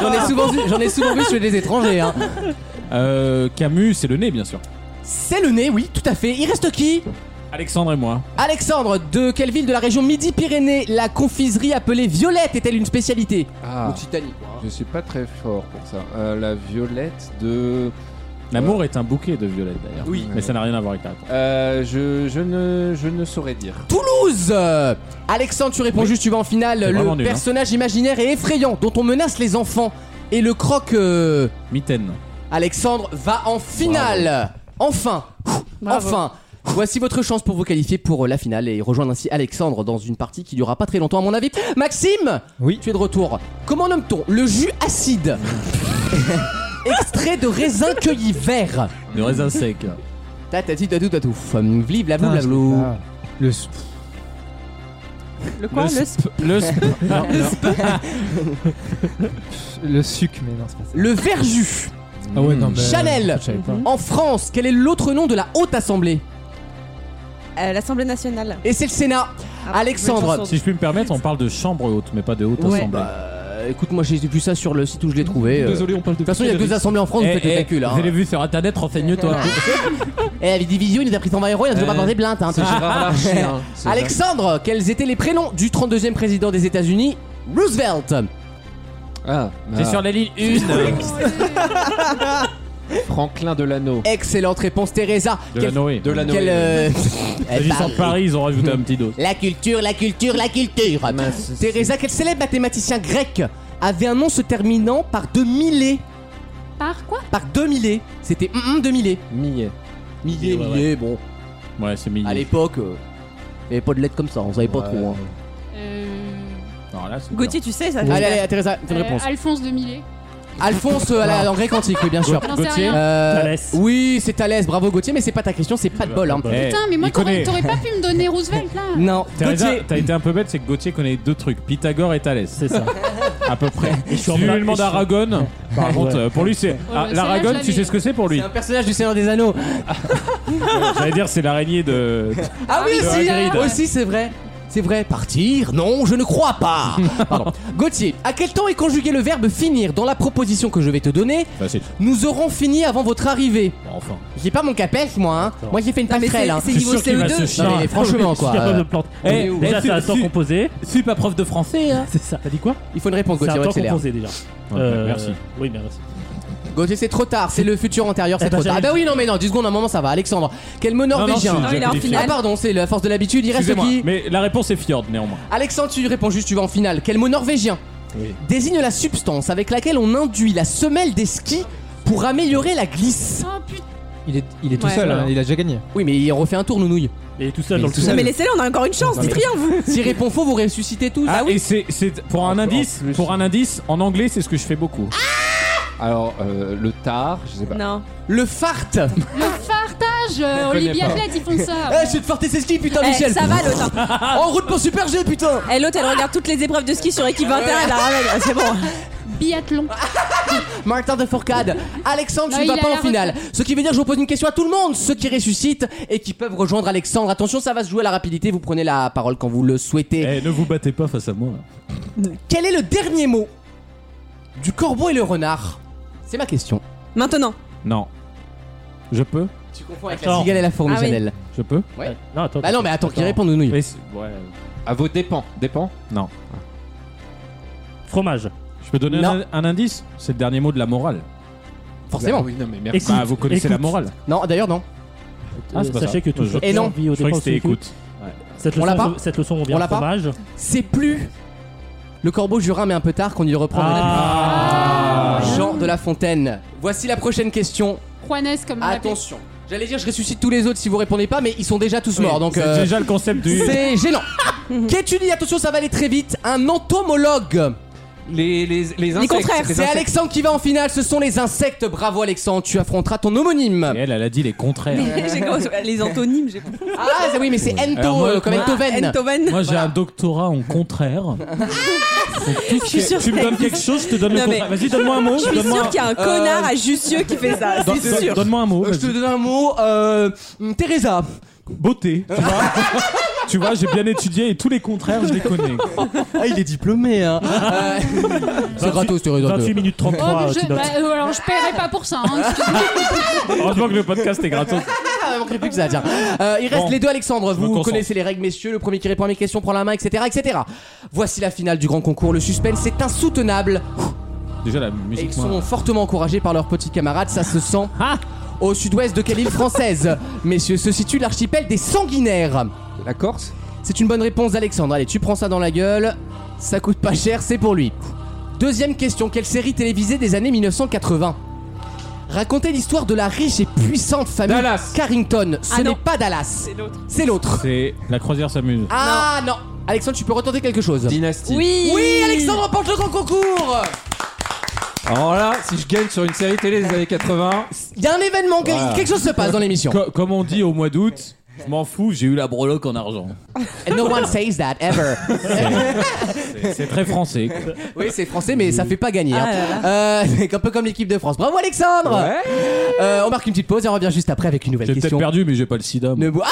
B: J'en ai, souvent vu- j'en ai souvent vu chez les étrangers. hein.
C: Euh, Camus, c'est le nez bien sûr.
B: C'est le nez, oui, tout à fait. Il reste qui
C: Alexandre et moi.
B: Alexandre, de quelle ville de la région Midi-Pyrénées la confiserie appelée Violette est-elle une spécialité
E: Ah,
B: Occitanie.
C: hein.
E: je suis pas très fort pour ça. Euh, la violette de.
C: L'amour est un bouquet de violettes d'ailleurs.
E: Oui.
C: Mais ça n'a rien à voir avec la réponse.
E: Euh, je, je, ne, je ne saurais dire.
B: Toulouse euh, Alexandre, tu réponds juste, tu vas en finale.
C: C'est
B: Le
C: vraiment nul, hein.
B: personnage imaginaire et effrayant dont on menace les enfants et le croque. euh,
C: Mitaine.
B: Alexandre va en finale Enfin Enfin Voici votre chance pour vous qualifier pour euh, la finale et rejoindre ainsi Alexandre dans une partie qui durera pas très longtemps à mon avis. Maxime
G: Oui.
B: Tu es de retour. Comment nomme-t-on le jus acide Extrait de raisin cueilli vert.
C: Le raisin sec.
B: Tatati tatou tatou. Hum, Vlive la
G: Putain, Ah, je l'ai
B: blablou.
G: pas. Le sp-
D: Le quoi le... sp-
C: Le sp- non, non.
G: le sucre, mais non, c'est pas ça.
B: Le verjus.
G: Ah ouais, non, mais-
C: euh,
B: Chanel.
G: Je savais pas.
B: En France, quel est l'autre nom de la Haute Assemblée
D: Euh, L'Assemblée nationale.
B: Et c'est le Sénat.
D: Ah,
B: Alexandre.
D: bonne chanson.
C: Si je puis me permettre, on parle de chambre haute, mais pas de haute
D: Ouais.
C: assemblée.
B: Euh, écoute, moi j'ai vu ça sur le site où je l'ai trouvé. euh. De
C: on parle de.
B: toute façon, il y a deux assemblées en France, vous faites le calcul. hein.
C: Eh, Vous avez vu sur internet, renseigne-toi.
B: Eh, avec Division, il nous a pris 120 euros, il a toujours
C: Euh,
B: pas porté plainte. Hein,
E: C'est Gérard Larcher. hein. C'est
B: Alexandre, quels étaient les prénoms du 32e président des États-Unis Roosevelt.
E: Gérard- Ah,
C: C'est
E: ah.
C: sur la ligne 1
E: Franklin Delano.
B: Excellente réponse, Teresa.
C: de la
B: Quel-
C: Noé.
E: De la
B: quel, euh, eh,
C: S'agissant de
B: Paris.
C: Paris, ils ont rajouté un petit dos.
B: La culture, la culture, la culture. Teresa, quel célèbre mathématicien grec avait un nom se terminant par deux millets
F: Par quoi
B: Par deux millets. C'était hum, hum, deux millets.
E: Millet.
B: Millets,
C: Ouais, ouais.
B: millets, bon.
C: Ouais, c'est mignon.
B: À l'époque, euh, il n'y avait pas de lettres comme ça, on savait pas trop. hein.
F: Euh,
C: Non, là, c'est
D: Gauthier, tu sais, ça
B: Allez, allez, Teresa, une
F: euh,
B: réponse.
F: Alphonse de Millet.
B: Alphonse euh, à la- en grec antique, oui, bien sûr.
F: J'en sais
C: Gauthier.
F: rien.
B: Euh,
H: Thalès.
B: Oui, c'est Thalès, bravo Gauthier, mais c'est pas ta question, c'est pas de bol. Hein.
H: Eh,
C: Eh,
F: Putain, mais moi
C: il connaît.
F: t'aurais t'aurais pas pu me donner Roosevelt là.
B: Non,
C: Teresa,
B: Gauthier.
C: t'as été un peu bête, c'est que Gauthier connaît deux trucs, Pythagore et Thalès.
H: C'est ça.
C: À peu près.
H: Et je suis
C: Si
H: en
C: tu lui
H: train-
C: demandes Aragon, par
H: Ouais.
C: contre, euh, pour lui c'est. Ah,
F: celle-là,
C: L'Aragon,
F: je
C: tu sais
F: l'avais.
C: ce que c'est pour lui
B: C'est un personnage du Seigneur des Anneaux.
C: J'allais dire, c'est l'araignée de.
B: Ah oui,
F: oui,
B: aussi,
F: Hagrid.
B: aussi c'est vrai. C'est vrai, partir Non, je ne crois pas. Pardon. Gauthier, à quel temps est conjugué le verbe finir dans la proposition que je vais te donner
C: Facile.
B: Nous aurons fini avant votre arrivée.
C: Bon, Enfin.
B: J'ai pas mon capèche, moi. Hein. Moi, j'ai fait une passerelle. hein.
C: Je suis sûr qu'il va se chier.
B: Non, mais franchement,
H: Je suis
B: quoi.
H: capable
B: euh,
H: de me planter.
C: on est
H: Eh,
C: où
H: déjà,
C: Eh,
H: c'est un
C: tu-
H: temps
C: tu-
H: composé.
C: Suis pas prof de français, hein.
H: C'est ça. T'as dit quoi
B: Il faut une réponse,
H: C'est
B: Gauthier,
H: un
B: on
H: temps
B: accélère.
H: composé déjà.
C: Ouais, bah,
H: Euh,
C: Merci.
H: Oui, bien merci.
B: Gauthier, c'est trop tard. C'est le futur antérieur, c'est
H: Eh ben,
B: trop tard. Ah
H: j'avais-
B: bah oui, non, mais non, 10 secondes, un moment, ça va. Alexandre, quel mot norvégien
C: je suis
D: Non, il est
C: déjà
D: en
C: qualifié.
B: Ah
D: finale.
B: pardon, c'est la force de l'habitude, il reste
C: Excusez-moi,
B: qui
C: mais la réponse est fjord néanmoins.
B: Alexandre, tu réponds juste, tu vas en finale. Quel mot norvégien
C: Oui.
B: désigne la substance avec laquelle on induit la semelle des skis pour améliorer la glisse
F: Oh putain.
G: Il est, il est tout
D: Ouais.
G: seul, hein,
H: Voilà.
G: il a déjà gagné.
B: Oui, mais il refait un tour, nounouille.
H: Et tout seul
G: Mais
H: dans le
G: tout
H: tout.
D: Non, mais laissez-le, on a encore une chance, dites rien vous.
B: Si répond faux, vous ressuscitez tous.
C: Ah oui, et c'est c'est- pour un
E: En- en
C: indice,
E: plus.
C: pour un indice, en anglais, c'est ce que je fais beaucoup.
E: Alors, euh, le tard, je sais pas.
D: Non.
B: Le fart
D: Ah
F: Le fartage, euh,
E: connais
F: les
E: pas.
F: biathlètes ils font ça. Euh,
B: Eh, je vais te farter ses skis, putain,
D: Eh,
B: Michel
D: ça va l'autre.
B: En route pour Super G, putain
D: Eh l'autre elle regarde toutes les épreuves de ski sur équipe 21 elle la ramène. C'est bon.
F: biathlon.
B: Martin de Fourcade, Alexandre,
F: Non,
B: tu ne
F: il
B: vas
F: est
B: pas
F: à
B: en
F: la
B: finale. Ce qui veut dire que je vous pose une question à tout le monde, ceux qui ressuscitent et qui peuvent rejoindre Alexandre. Attention, ça va se jouer à la rapidité, vous prenez la parole quand vous le souhaitez.
H: Eh, ne vous battez pas face à moi. là.
B: Quel est le dernier mot du corbeau et le renard C'est ma question.
D: Maintenant.
C: Non. Je peux
B: Tu confonds avec la
H: Attends.
B: cigale et la fourmi,
D: Ah oui.
B: Janelle.
C: Je peux
B: Ouais.
H: Euh, Non, attends.
B: Bah non, mais attends qu'il réponde, Nounouille.
C: Mais c'est- ouais.
E: À vos dépens. Dépens
C: Non.
H: Fromage.
C: Je peux donner
B: Non.
C: un, un indice C'est le dernier mot de la morale.
B: Forcément.
E: Bah oui, non, mais merci.
H: Écoute,
C: Bah, vous connaissez
H: écoute.
C: la morale.
B: Non, d'ailleurs, non.
H: Ah,
C: c'est pas
H: sachez
C: ça.
H: que tout
C: Je-
H: ce
B: Et non.
H: vit au
C: Je croyais que
H: départ
C: c'était
H: du foot.
C: écoute.
H: Cette
B: On
H: leçon,
B: l'a pas
H: cette leçon, on vient
B: On l'a
H: au
B: pas
H: fromage.
B: C'est plus le corbeau jura, mais un peu tard qu'on y le reprend.
H: Ah.
B: Jean de la Fontaine. Voici la prochaine question.
F: Juanes, comme on l'appelle.
B: Attention. Ah, J'allais dire, je ressuscite tous les autres si vous répondez pas, mais ils sont déjà tous morts. donc
C: C'est
B: euh,
C: déjà le concept du.
B: c'est gênant. Qu'étudie, attention, ça va aller très vite, un entomologue.
E: Les, les, les insectes.
D: contraires.
E: les
B: C'est
E: insectes.
B: Alexandre qui va en finale, ce sont les insectes. Bravo Alexandre, tu affronteras ton homonyme.
C: Et elle, elle a dit les contraires.
D: J'ai commencé- les antonymes, j'ai compris.
B: Ah c'est- oui, mais c'est Ento,
C: Alors, moi,
B: euh, comme
C: moi-
B: Entoven.
D: Entoven.
C: Moi, j'ai un doctorat en contraire.
D: je suis sûre
H: Tu me
D: que-
H: donnes quelque chose, je te donne le
D: Non, mais-
H: contraire. Vas-y, donne-moi un mot.
D: Je suis
H: donne-moi
D: sûre
H: un-
D: qu'il y a un connard à Jussieu qui fait ça,
C: Donne-
D: c'est sûr.
C: Donne-moi un mot.
B: Euh, je te
C: vas-y.
B: donne un mot, euh, hum, Teresa.
C: Beauté. Tu vois, Tu vois, j'ai bien étudié et tous les contraires, je les connais.
B: Ah, il est diplômé, hein. Euh, c'est
H: 28
B: gratos, Teresa.
H: 28 minutes
F: Oh,
H: 33,
F: mais
H: tu
F: je,
H: notes.
F: bah, euh, alors je paierai pas pour ça. hein, excuse-moi.
C: Heureusement que le podcast est gratos.
B: Ah, il manquerait plus que ça, tiens. Euh, il reste
C: Bon.
B: les deux, Alexandre.
C: Je me
B: Vous
C: concentre.
B: connaissez les règles, messieurs. Le premier qui répond à mes questions prend la main, etc., etc. Voici la finale du grand concours. Le suspense est insoutenable.
C: Déjà, la
B: Et ils
C: musique, moi. Ah.
B: sont fortement encouragés par leurs petits camarades. Ça se sent. Au sud-ouest de quelle île française, messieurs, se situe l'archipel des Sanguinaires
E: La Corse
B: C'est une bonne réponse d'Alexandre. Allez, tu prends ça dans la gueule. Ça coûte pas cher, c'est pour lui. Deuxième question, quelle série télévisée des années 1980 Racontait l'histoire de la riche et puissante famille
E: Dallas.
B: Carrington. Ce
D: Ah non.
B: n'est pas Dallas,
D: C'est l'autre.
B: c'est l'autre.
C: C'est la croisière s'amuse.
B: Ah non. Alexandre, tu peux retenter quelque chose.
E: Dynastie.
D: Oui
B: Oui, Alexandre remporte le grand concours
E: Alors là, si je gagne sur une série télé des années 80,
B: Il y a un événement, que-
C: Voilà.
B: quelque chose se passe dans l'émission.
C: Co- comme on dit au mois d'août, je m'en fous, j'ai eu la breloque en argent.
B: No one says that ever.
C: C'est très français. quoi.
B: Oui, c'est français, mais ça fait pas gagner. hein.
D: Ah là
B: Euh, c'est un peu comme l'équipe de France. Bravo, Alexandre Euh, On marque une petite pause et on revient juste après avec une nouvelle
C: J'ai peut-être
B: question.
C: perdu, mais j'ai pas le sida. moi.
B: Ne bou- Ah,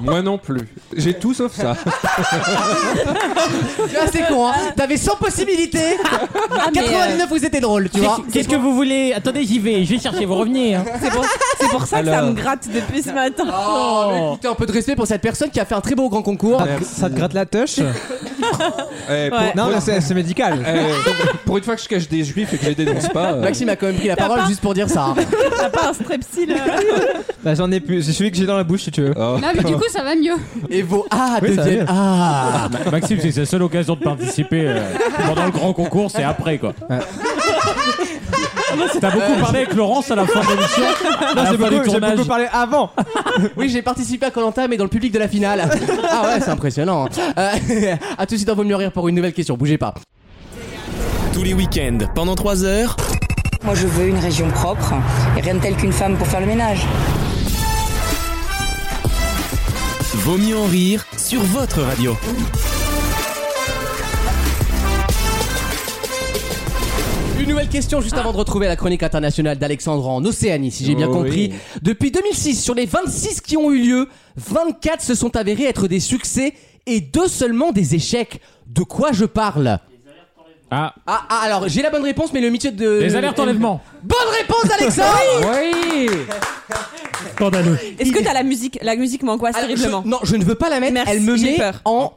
E: moi non plus. J'ai tout sauf ça.
B: tu vois, c'est con, hein. T'avais 100 possibilités.
D: Ah, mais, euh,
B: 89, vous étiez drôle, tu vois.
H: Qu'est-ce que vous voulez Attendez, j'y vais, je vais chercher, vous revenez. hein.
D: C'est pour, c'est pour ça que ça
E: Alors.
D: me gratte depuis ce matin.
B: Oh, mais écoutez, un peu de respect pour cette personne qui a fait un très beau grand concours.
G: Ça te gratte la touche
E: Eh, pour-
D: Ouais.
G: Non, mais c'est c'est médical.
E: eh, pour une fois que je cache des juifs et que je les dénonce pas. euh,
B: Maxime a quand même pris la parole juste pour dire ça. hein.
D: T'as pas un strepsil euh,
G: Bah, j'en ai plus. C'est celui que j'ai dans la bouche si tu veux.
E: oh.
F: Non, mais du coup, ça va mieux.
B: Et vos ah
G: Oui, ça
B: deviennent
G: vient.
B: ah.
C: Ma- Bah, Maxime, c'est sa seule occasion de participer euh, pendant le grand concours, c'est après quoi. T'as beaucoup parlé avec Laurence à la fin de l'émission.
G: Non,
C: à la
G: j'ai
C: fin du
G: beaucoup, j'ai
C: tournage.
G: beaucoup parlé avant.
B: Oui, j'ai participé à Colanta, mais dans le public de la finale. Ah ouais, c'est impressionnant. Euh, à tout de suite dans Vaut mieux rire pour une nouvelle question. Bougez pas.
A: Tous les week-ends, pendant 3 heures,
K: Moi, je veux une région propre et rien de tel qu'une femme pour faire le ménage.
A: Vaut mieux en rire sur votre radio.
B: Une nouvelle question juste avant de retrouver la chronique internationale d'Alexandre en Océanie, si j'ai bien
E: Oh
B: compris.
E: oui.
B: Depuis 2006, sur les 26 qui ont eu lieu, 24 se sont avérés être des succès et deux seulement des échecs. De quoi je parle
C: Ah,
B: ah, ah, alors j'ai la bonne réponse, mais le métier de.
C: les alertes enlèvement.
B: Bonne réponse, Alexandre
E: Oui
H: Scandaleux.
D: Est-ce que t'as la musique La musique m'angoisse
B: Alors, je-
D: terriblement.
B: Non, je ne veux pas la mettre,
D: Merci,
B: elle me
D: j'ai
B: met
D: peur.
B: en,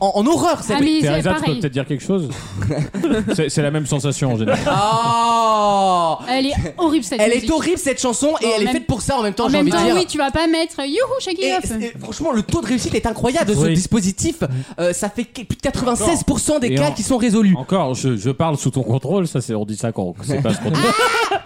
B: en, en horreur cette.
F: Ah, mais c'est
C: Teresa, tu peux
F: pareil.
C: peut-être dire quelque chose C'est c'est la même sensation en général.
D: Ah
B: Oh
F: Elle est horrible cette
B: Elle
F: musique.
B: est horrible cette chanson et
F: En
B: elle est
F: même-
B: faite pour ça en même temps,
F: En
B: j'ai
F: même
B: envie de
F: temps,
B: dire.
F: oui, tu vas pas mettre euh, youhou, shake
B: Et,
F: it off.
B: et franchement, le taux de réussite est incroyable de ce
H: Oui.
B: dispositif. Euh, ça fait que- plus de 96% des
C: Mm. Et
B: cas
C: en-
B: qui sont résolus.
C: Encore, je, je parle sous ton contrôle, ça c'est on dit ça quand c'est pas ce qu'on dit.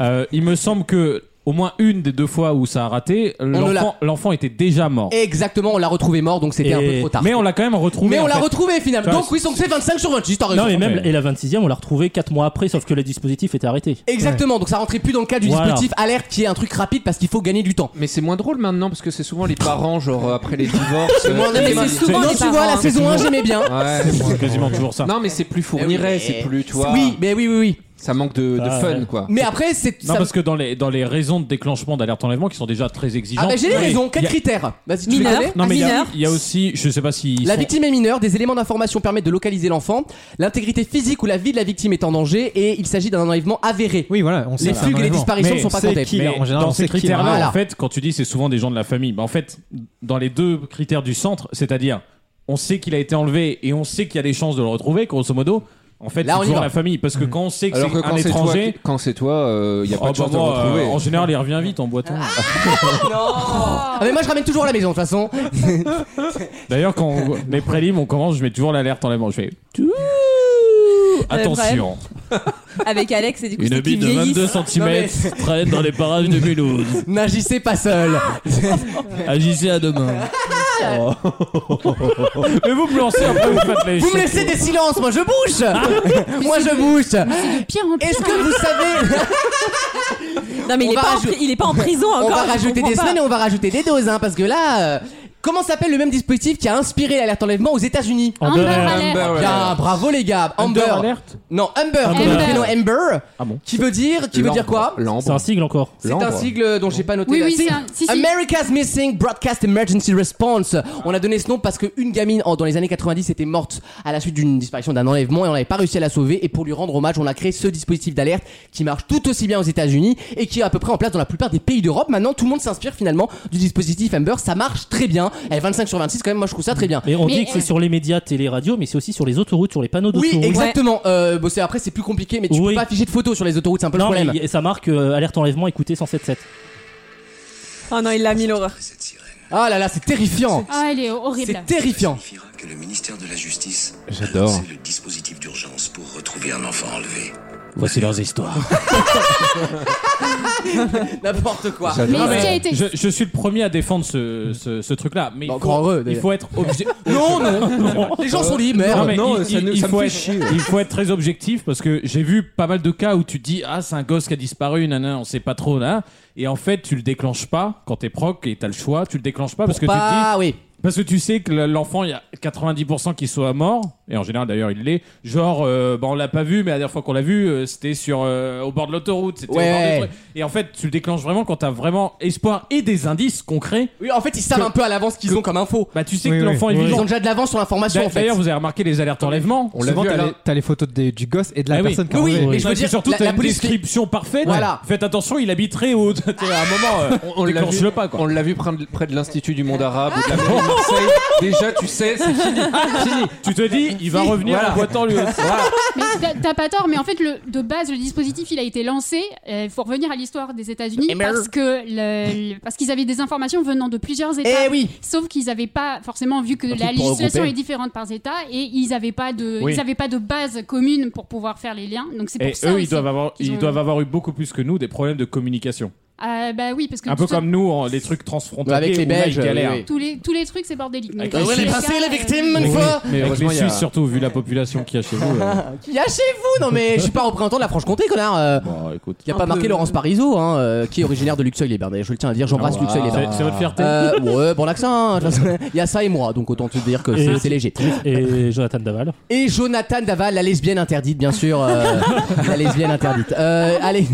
C: Euh, il me semble que au moins une des deux fois où ça a raté,
B: ne l'a-
C: l'enfant- l'enfant était déjà mort.
B: Exactement, on l'a retrouvé mort, donc c'était un peu
H: Et-
B: trop tard.
C: Mais on l'a quand même retrouvé.
B: Mais on
C: en
B: l'a
C: fait.
B: retrouvé finalement.
C: Ça,
B: Donc oui, donc c'est 25 sur 26, t'as raison.
H: Non, mais même
C: mais-
H: et la 26e, on l'a retrouvée 4 mois après, sauf que le dispositif était arrêté.
B: Exactement, donc ça rentrait plus dans le cas du
H: Voilà.
B: dispositif alerte qui est un truc rapide parce qu'il faut gagner du temps.
E: Mais c'est moins drôle maintenant parce que c'est souvent les parents, genre après les divorces. euh,
B: Moi, on
D: mais
B: aimait
D: c'est
B: bien.
D: souvent
B: Non,
D: les
B: tu vois,
D: parents,
B: la
D: hein.
B: saison 1, j'aimais bien.
E: Ouais, c'est moins
C: C'est
E: drôle.
C: quasiment toujours ça.
E: Non, mais c'est plus
B: Eh oui,
E: fourniret,
B: mais-
E: c'est plus, tu vois.
B: Oui, mais oui, oui, oui.
E: Ça manque de, de
C: Ah,
E: fun,
C: ouais.
E: quoi.
B: Mais après, c'est.
C: Non,
B: ça-
C: parce que dans les, dans les raisons de déclenchement d'alerte enlèvement qui sont déjà très exigeantes.
B: Ah, bah j'ai les
C: Oui.
B: raisons, quels
C: Il y a-
B: critères Vas-y, tu les
C: Mineur.
B: connais
C: Non, mais il y a- il y, a aussi, je sais pas si. ils
B: La
C: sont-
B: victime est mineure, des éléments d'information permettent de localiser l'enfant, l'intégrité physique ou la vie de la victime est en danger et il s'agit d'un enlèvement avéré.
G: Oui, voilà, on
B: Les fugues et les disparitions ne sont pas comptées.
C: Mais dans ces critères-là,
B: Voilà.
C: en fait, quand tu dis c'est souvent des gens de la famille, bah, en fait, dans les deux critères du centre, c'est-à-dire on sait qu'il a été enlevé et on sait qu'il y a des chances de le retrouver, grosso modo. En fait,
B: Là, on
C: c'est
B: y
C: toujours
B: va.
C: la famille, parce que quand on sait que
E: Mmh. Alors
C: c'est
E: que quand
C: un
E: c'est toi,
C: étranger,
E: quand c'est toi, il n'y a
C: oh,
E: pas de
C: bah,
E: chance
C: moi,
E: de le
C: euh,
E: retrouver.
C: en général, il revient vite en boitant.
B: Ah, mais moi je ramène toujours à la maison de toute façon.
C: D'ailleurs, quand on- les prélims, on commence, je mets toujours l'alerte enlèvement. Je fais
B: Euh,
C: attention.
D: Avec Alex, et du coup,
C: Une
D: c'est
C: bille
D: qu'ils
C: de 22
D: vieillissent.
C: cm traîne dans les parages de Mulhouse.
B: N'agissez pas seul.
C: Agissez à demain. Mais vous me lancez après, vous faites les
B: Vous me
C: chocs.
B: laissez des silences, moi je bouge. moi je bouge.
F: C'est de pire hein. en pire.
B: Est-ce que vous savez
D: Non, mais il
B: On
D: est,
B: va
D: pas en,
B: rajou-
D: pri- il est pas en prison encore.
B: On va
D: je
B: rajouter
D: comprends
B: des
D: pas.
B: semaines et on va rajouter des doses, hein, parce que là, euh, comment s'appelle le même dispositif qui a inspiré l'alerte enlèvement aux États-Unis
F: Amber
E: Amber
F: Alert.
E: Alert.
D: Ah
B: Bien, bravo les gars. Amber.
C: alerte
B: Non, Amber.
F: Amber.
B: comme le prénom Amber.
C: Ah bon
B: Qui veut dire, qui veut dire quoi
H: C'est un
E: L'ambre.
H: sigle encore.
B: C'est un
E: L'ambre.
B: sigle dont j'ai pas noté
F: Oui,
B: la
F: oui,
B: si-
F: c'est un- si, si.
B: America's Missing Broadcast Emergency Response. On a donné ce nom parce qu'une gamine en- dans les années 90 était morte à la suite d'une disparition d'un enlèvement et on n'avait pas réussi à la sauver. Et pour lui rendre hommage, on a créé ce dispositif d'alerte qui marche tout aussi bien aux États-Unis et qui est à peu près en place dans la plupart des pays d'Europe. Maintenant, tout le monde s'inspire finalement du dispositif Amber. Ça marche très bien. Eh, 25 sur 26, quand même, moi je trouve ça très bien.
H: Mais on
F: Mais-
H: dit que c'est sur les médias, télé, radio, mais c'est aussi sur les autoroutes, sur les panneaux
B: Oui,
H: d'autoroute.
B: exactement. Euh, bon, c'est- après, c'est plus compliqué, mais tu
H: Oui.
B: peux pas afficher de photos sur les autoroutes, c'est un peu
H: Non,
B: le
H: mais
B: problème.
H: y- ça marque euh, alerte enlèvement, écoutez 177.
D: Oh non, il l'a mis l'horreur.
B: Ah là là, c'est terrifiant.
F: Ah, elle est horrible.
B: C'est terrifiant.
L: signifiera que le ministère de la Justice
E: J'adore.
L: C'est le dispositif d'urgence pour retrouver un enfant enlevé.
H: Voici leurs histoires.
B: N'importe quoi.
F: Mais
C: Non,
F: ce qui a
C: mais
F: été.
C: je, je suis le premier à défendre ce, ce- ce truc-là, mais
B: Bah,
C: il,
B: encore
C: faut,
B: heureux,
C: il
B: d'ailleurs.
C: faut être obligé.
B: Non, non,
C: Non.
B: Les gens sont libres,
C: Euh, Non, mais
E: non,
C: il,
E: ça
C: il-
E: nous-
C: il
E: ça me
C: faut
E: fait
C: être,
E: chier.
C: il faut être très objectif parce que j'ai vu pas mal de cas où tu te dis ah c'est un gosse qui a disparu, nanana, on sait pas trop là, et en fait tu le déclenches pas quand t'es proc et t'as le choix, tu le déclenches pas parce que tu te dis
B: Pas, oui.
C: Parce que tu sais que le- l'enfant, il y a 90% qui soit mort, et en général d'ailleurs il l'est. Genre, euh, bah, on l'a pas vu, mais la dernière fois qu'on l'a vu, euh, c'était sur euh, au bord de l'autoroute, c'était
B: Ouais.
C: au bord du truc. Et en fait, tu le déclenches vraiment quand t'as vraiment espoir et des indices concrets.
B: Oui, en fait, ils savent
C: Que-
B: un peu à l'avance ce qu'ils ont comme info.
C: Bah, tu sais
G: Oui,
C: que
G: oui.
C: l'enfant est
G: Oui.
B: Ils
C: vivant.
B: ont déjà de l'avance sur l'information, en fait.
C: D'ailleurs, vous avez remarqué les alertes enlèvement.
E: On l'a
G: Souvent,
E: vu à
G: t'as
E: la-
G: les- t'as les photos des- du gosse et de la
C: Ah oui.
G: personne qui a
B: Oui, oui,
G: enlevé.
B: mais je
C: Non,
B: veux
C: et puis
B: dire,
C: surtout,
B: la-
C: t'as
B: la
C: une
B: police-
C: description parfaite.
B: Voilà.
C: Faites attention, il habite très haut. T'es à un moment, euh,
E: On l'a vu,
C: déclenche-le pas, quoi.
E: on l'a vu prendre- près de l'Institut du Monde Arabe ou de la mairie de Marseille. Déjà, tu sais, c'est fini. fini.
C: Tu te dis, il va revenir
E: Voilà.
C: en boitant lui aussi.
F: Mais t'as- t'as pas tort, mais en fait, le, de base, le dispositif, il a été lancé. Il faut revenir à l'histoire des
C: Eh
F: États-Unis
C: ben,
B: Amber.
C: euh.
F: parce que le- le- parce qu'ils avaient des informations venant de plusieurs États.
B: Eh oui.
F: Sauf qu'ils n'avaient pas forcément vu que
H: Un
F: la
H: truc pour
F: législation
H: regrouper.
F: est différente par État et ils n'avaient pas de
C: Oui.
F: ils avaient pas de base commune pour pouvoir faire les liens. Donc c'est pour
C: Et
F: ça
C: eux, ils
F: aussi.
C: doivent, avoir,
F: qu'ils
C: ils
F: ont-
C: doivent avoir eu beaucoup plus que nous des problèmes de communication.
F: Ah, bah oui, parce que
C: Un
F: tout
C: peu
F: ça-
C: comme nous, en- les trucs transfrontaliers.
B: Avec les
C: où là,
B: Belges, euh,
C: ils galèrent.
B: oui, oui.
F: tous les tous les trucs, c'est bordélique. Donc,
C: Avec
F: dans
C: les
B: Vous
F: ces
B: allez
C: Suisses.
B: passer
F: cas,
B: les
F: euh,
B: victimes une
C: Oui,
B: fois
C: Mais avec
E: heureusement,
C: les
E: il y a-
C: Suisses, surtout, vu la population qu'il y a chez vous. euh,
B: Qui a chez vous Non, mais je suis pas représentant de la Franche-Comté, connard. euh.
C: bon, écoute.
B: Y a pas marqué Laurence Parisot, hein, euh, qui est originaire de Luxeuil-les-Bains. Je le tiens à dire, j'embrasse
C: Ah,
B: Luxeuil-les-Bains.
C: c'est- C'est votre fierté.
B: Euh, ouais, bon l'accent, hein, de toute façon. y a ça et moi, donc autant te dire que c'est-
H: Et-
B: c'est léger.
H: Et Jonathan Daval.
B: Et Jonathan Daval, la lesbienne interdite, bien sûr. euh, la lesbienne interdite. Euh, allez,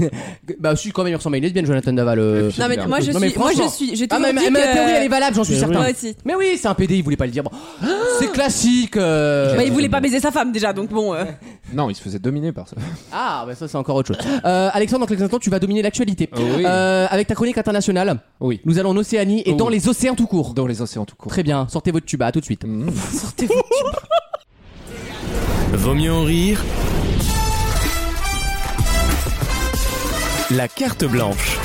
B: bah, si, quand même, il ressemble à une lesbienne, Jonathan Daval. euh.
D: Non, mais moi je
B: Non, mais
D: suis. Moi je
B: franchement.
D: suis. J'ai
B: Ah,
D: toujours
B: mais,
D: dit
B: mais la
D: que-
B: théorie, elle est valable, j'en suis
H: Mais oui.
B: certain.
D: Moi aussi.
B: Mais oui, c'est un PD, il voulait pas le dire. Bon.
D: Ah.
B: C'est classique. euh.
D: Bah, il voulait pas baiser sa femme déjà, donc bon. euh.
E: Non, il se faisait dominer par ça.
B: Ah, bah ça c'est encore autre chose. Euh, Alexandre, dans quelques instants, tu vas dominer l'actualité.
E: Oh oui.
B: Euh, avec ta chronique internationale,
E: Oui.
B: nous allons en Océanie et
E: Oh
B: dans
E: oui.
B: les océans tout court.
E: Dans les océans tout court.
B: Très bien, sortez votre tuba, à tout de suite.
E: Mmh.
A: Vaut mieux en rire. La carte blanche.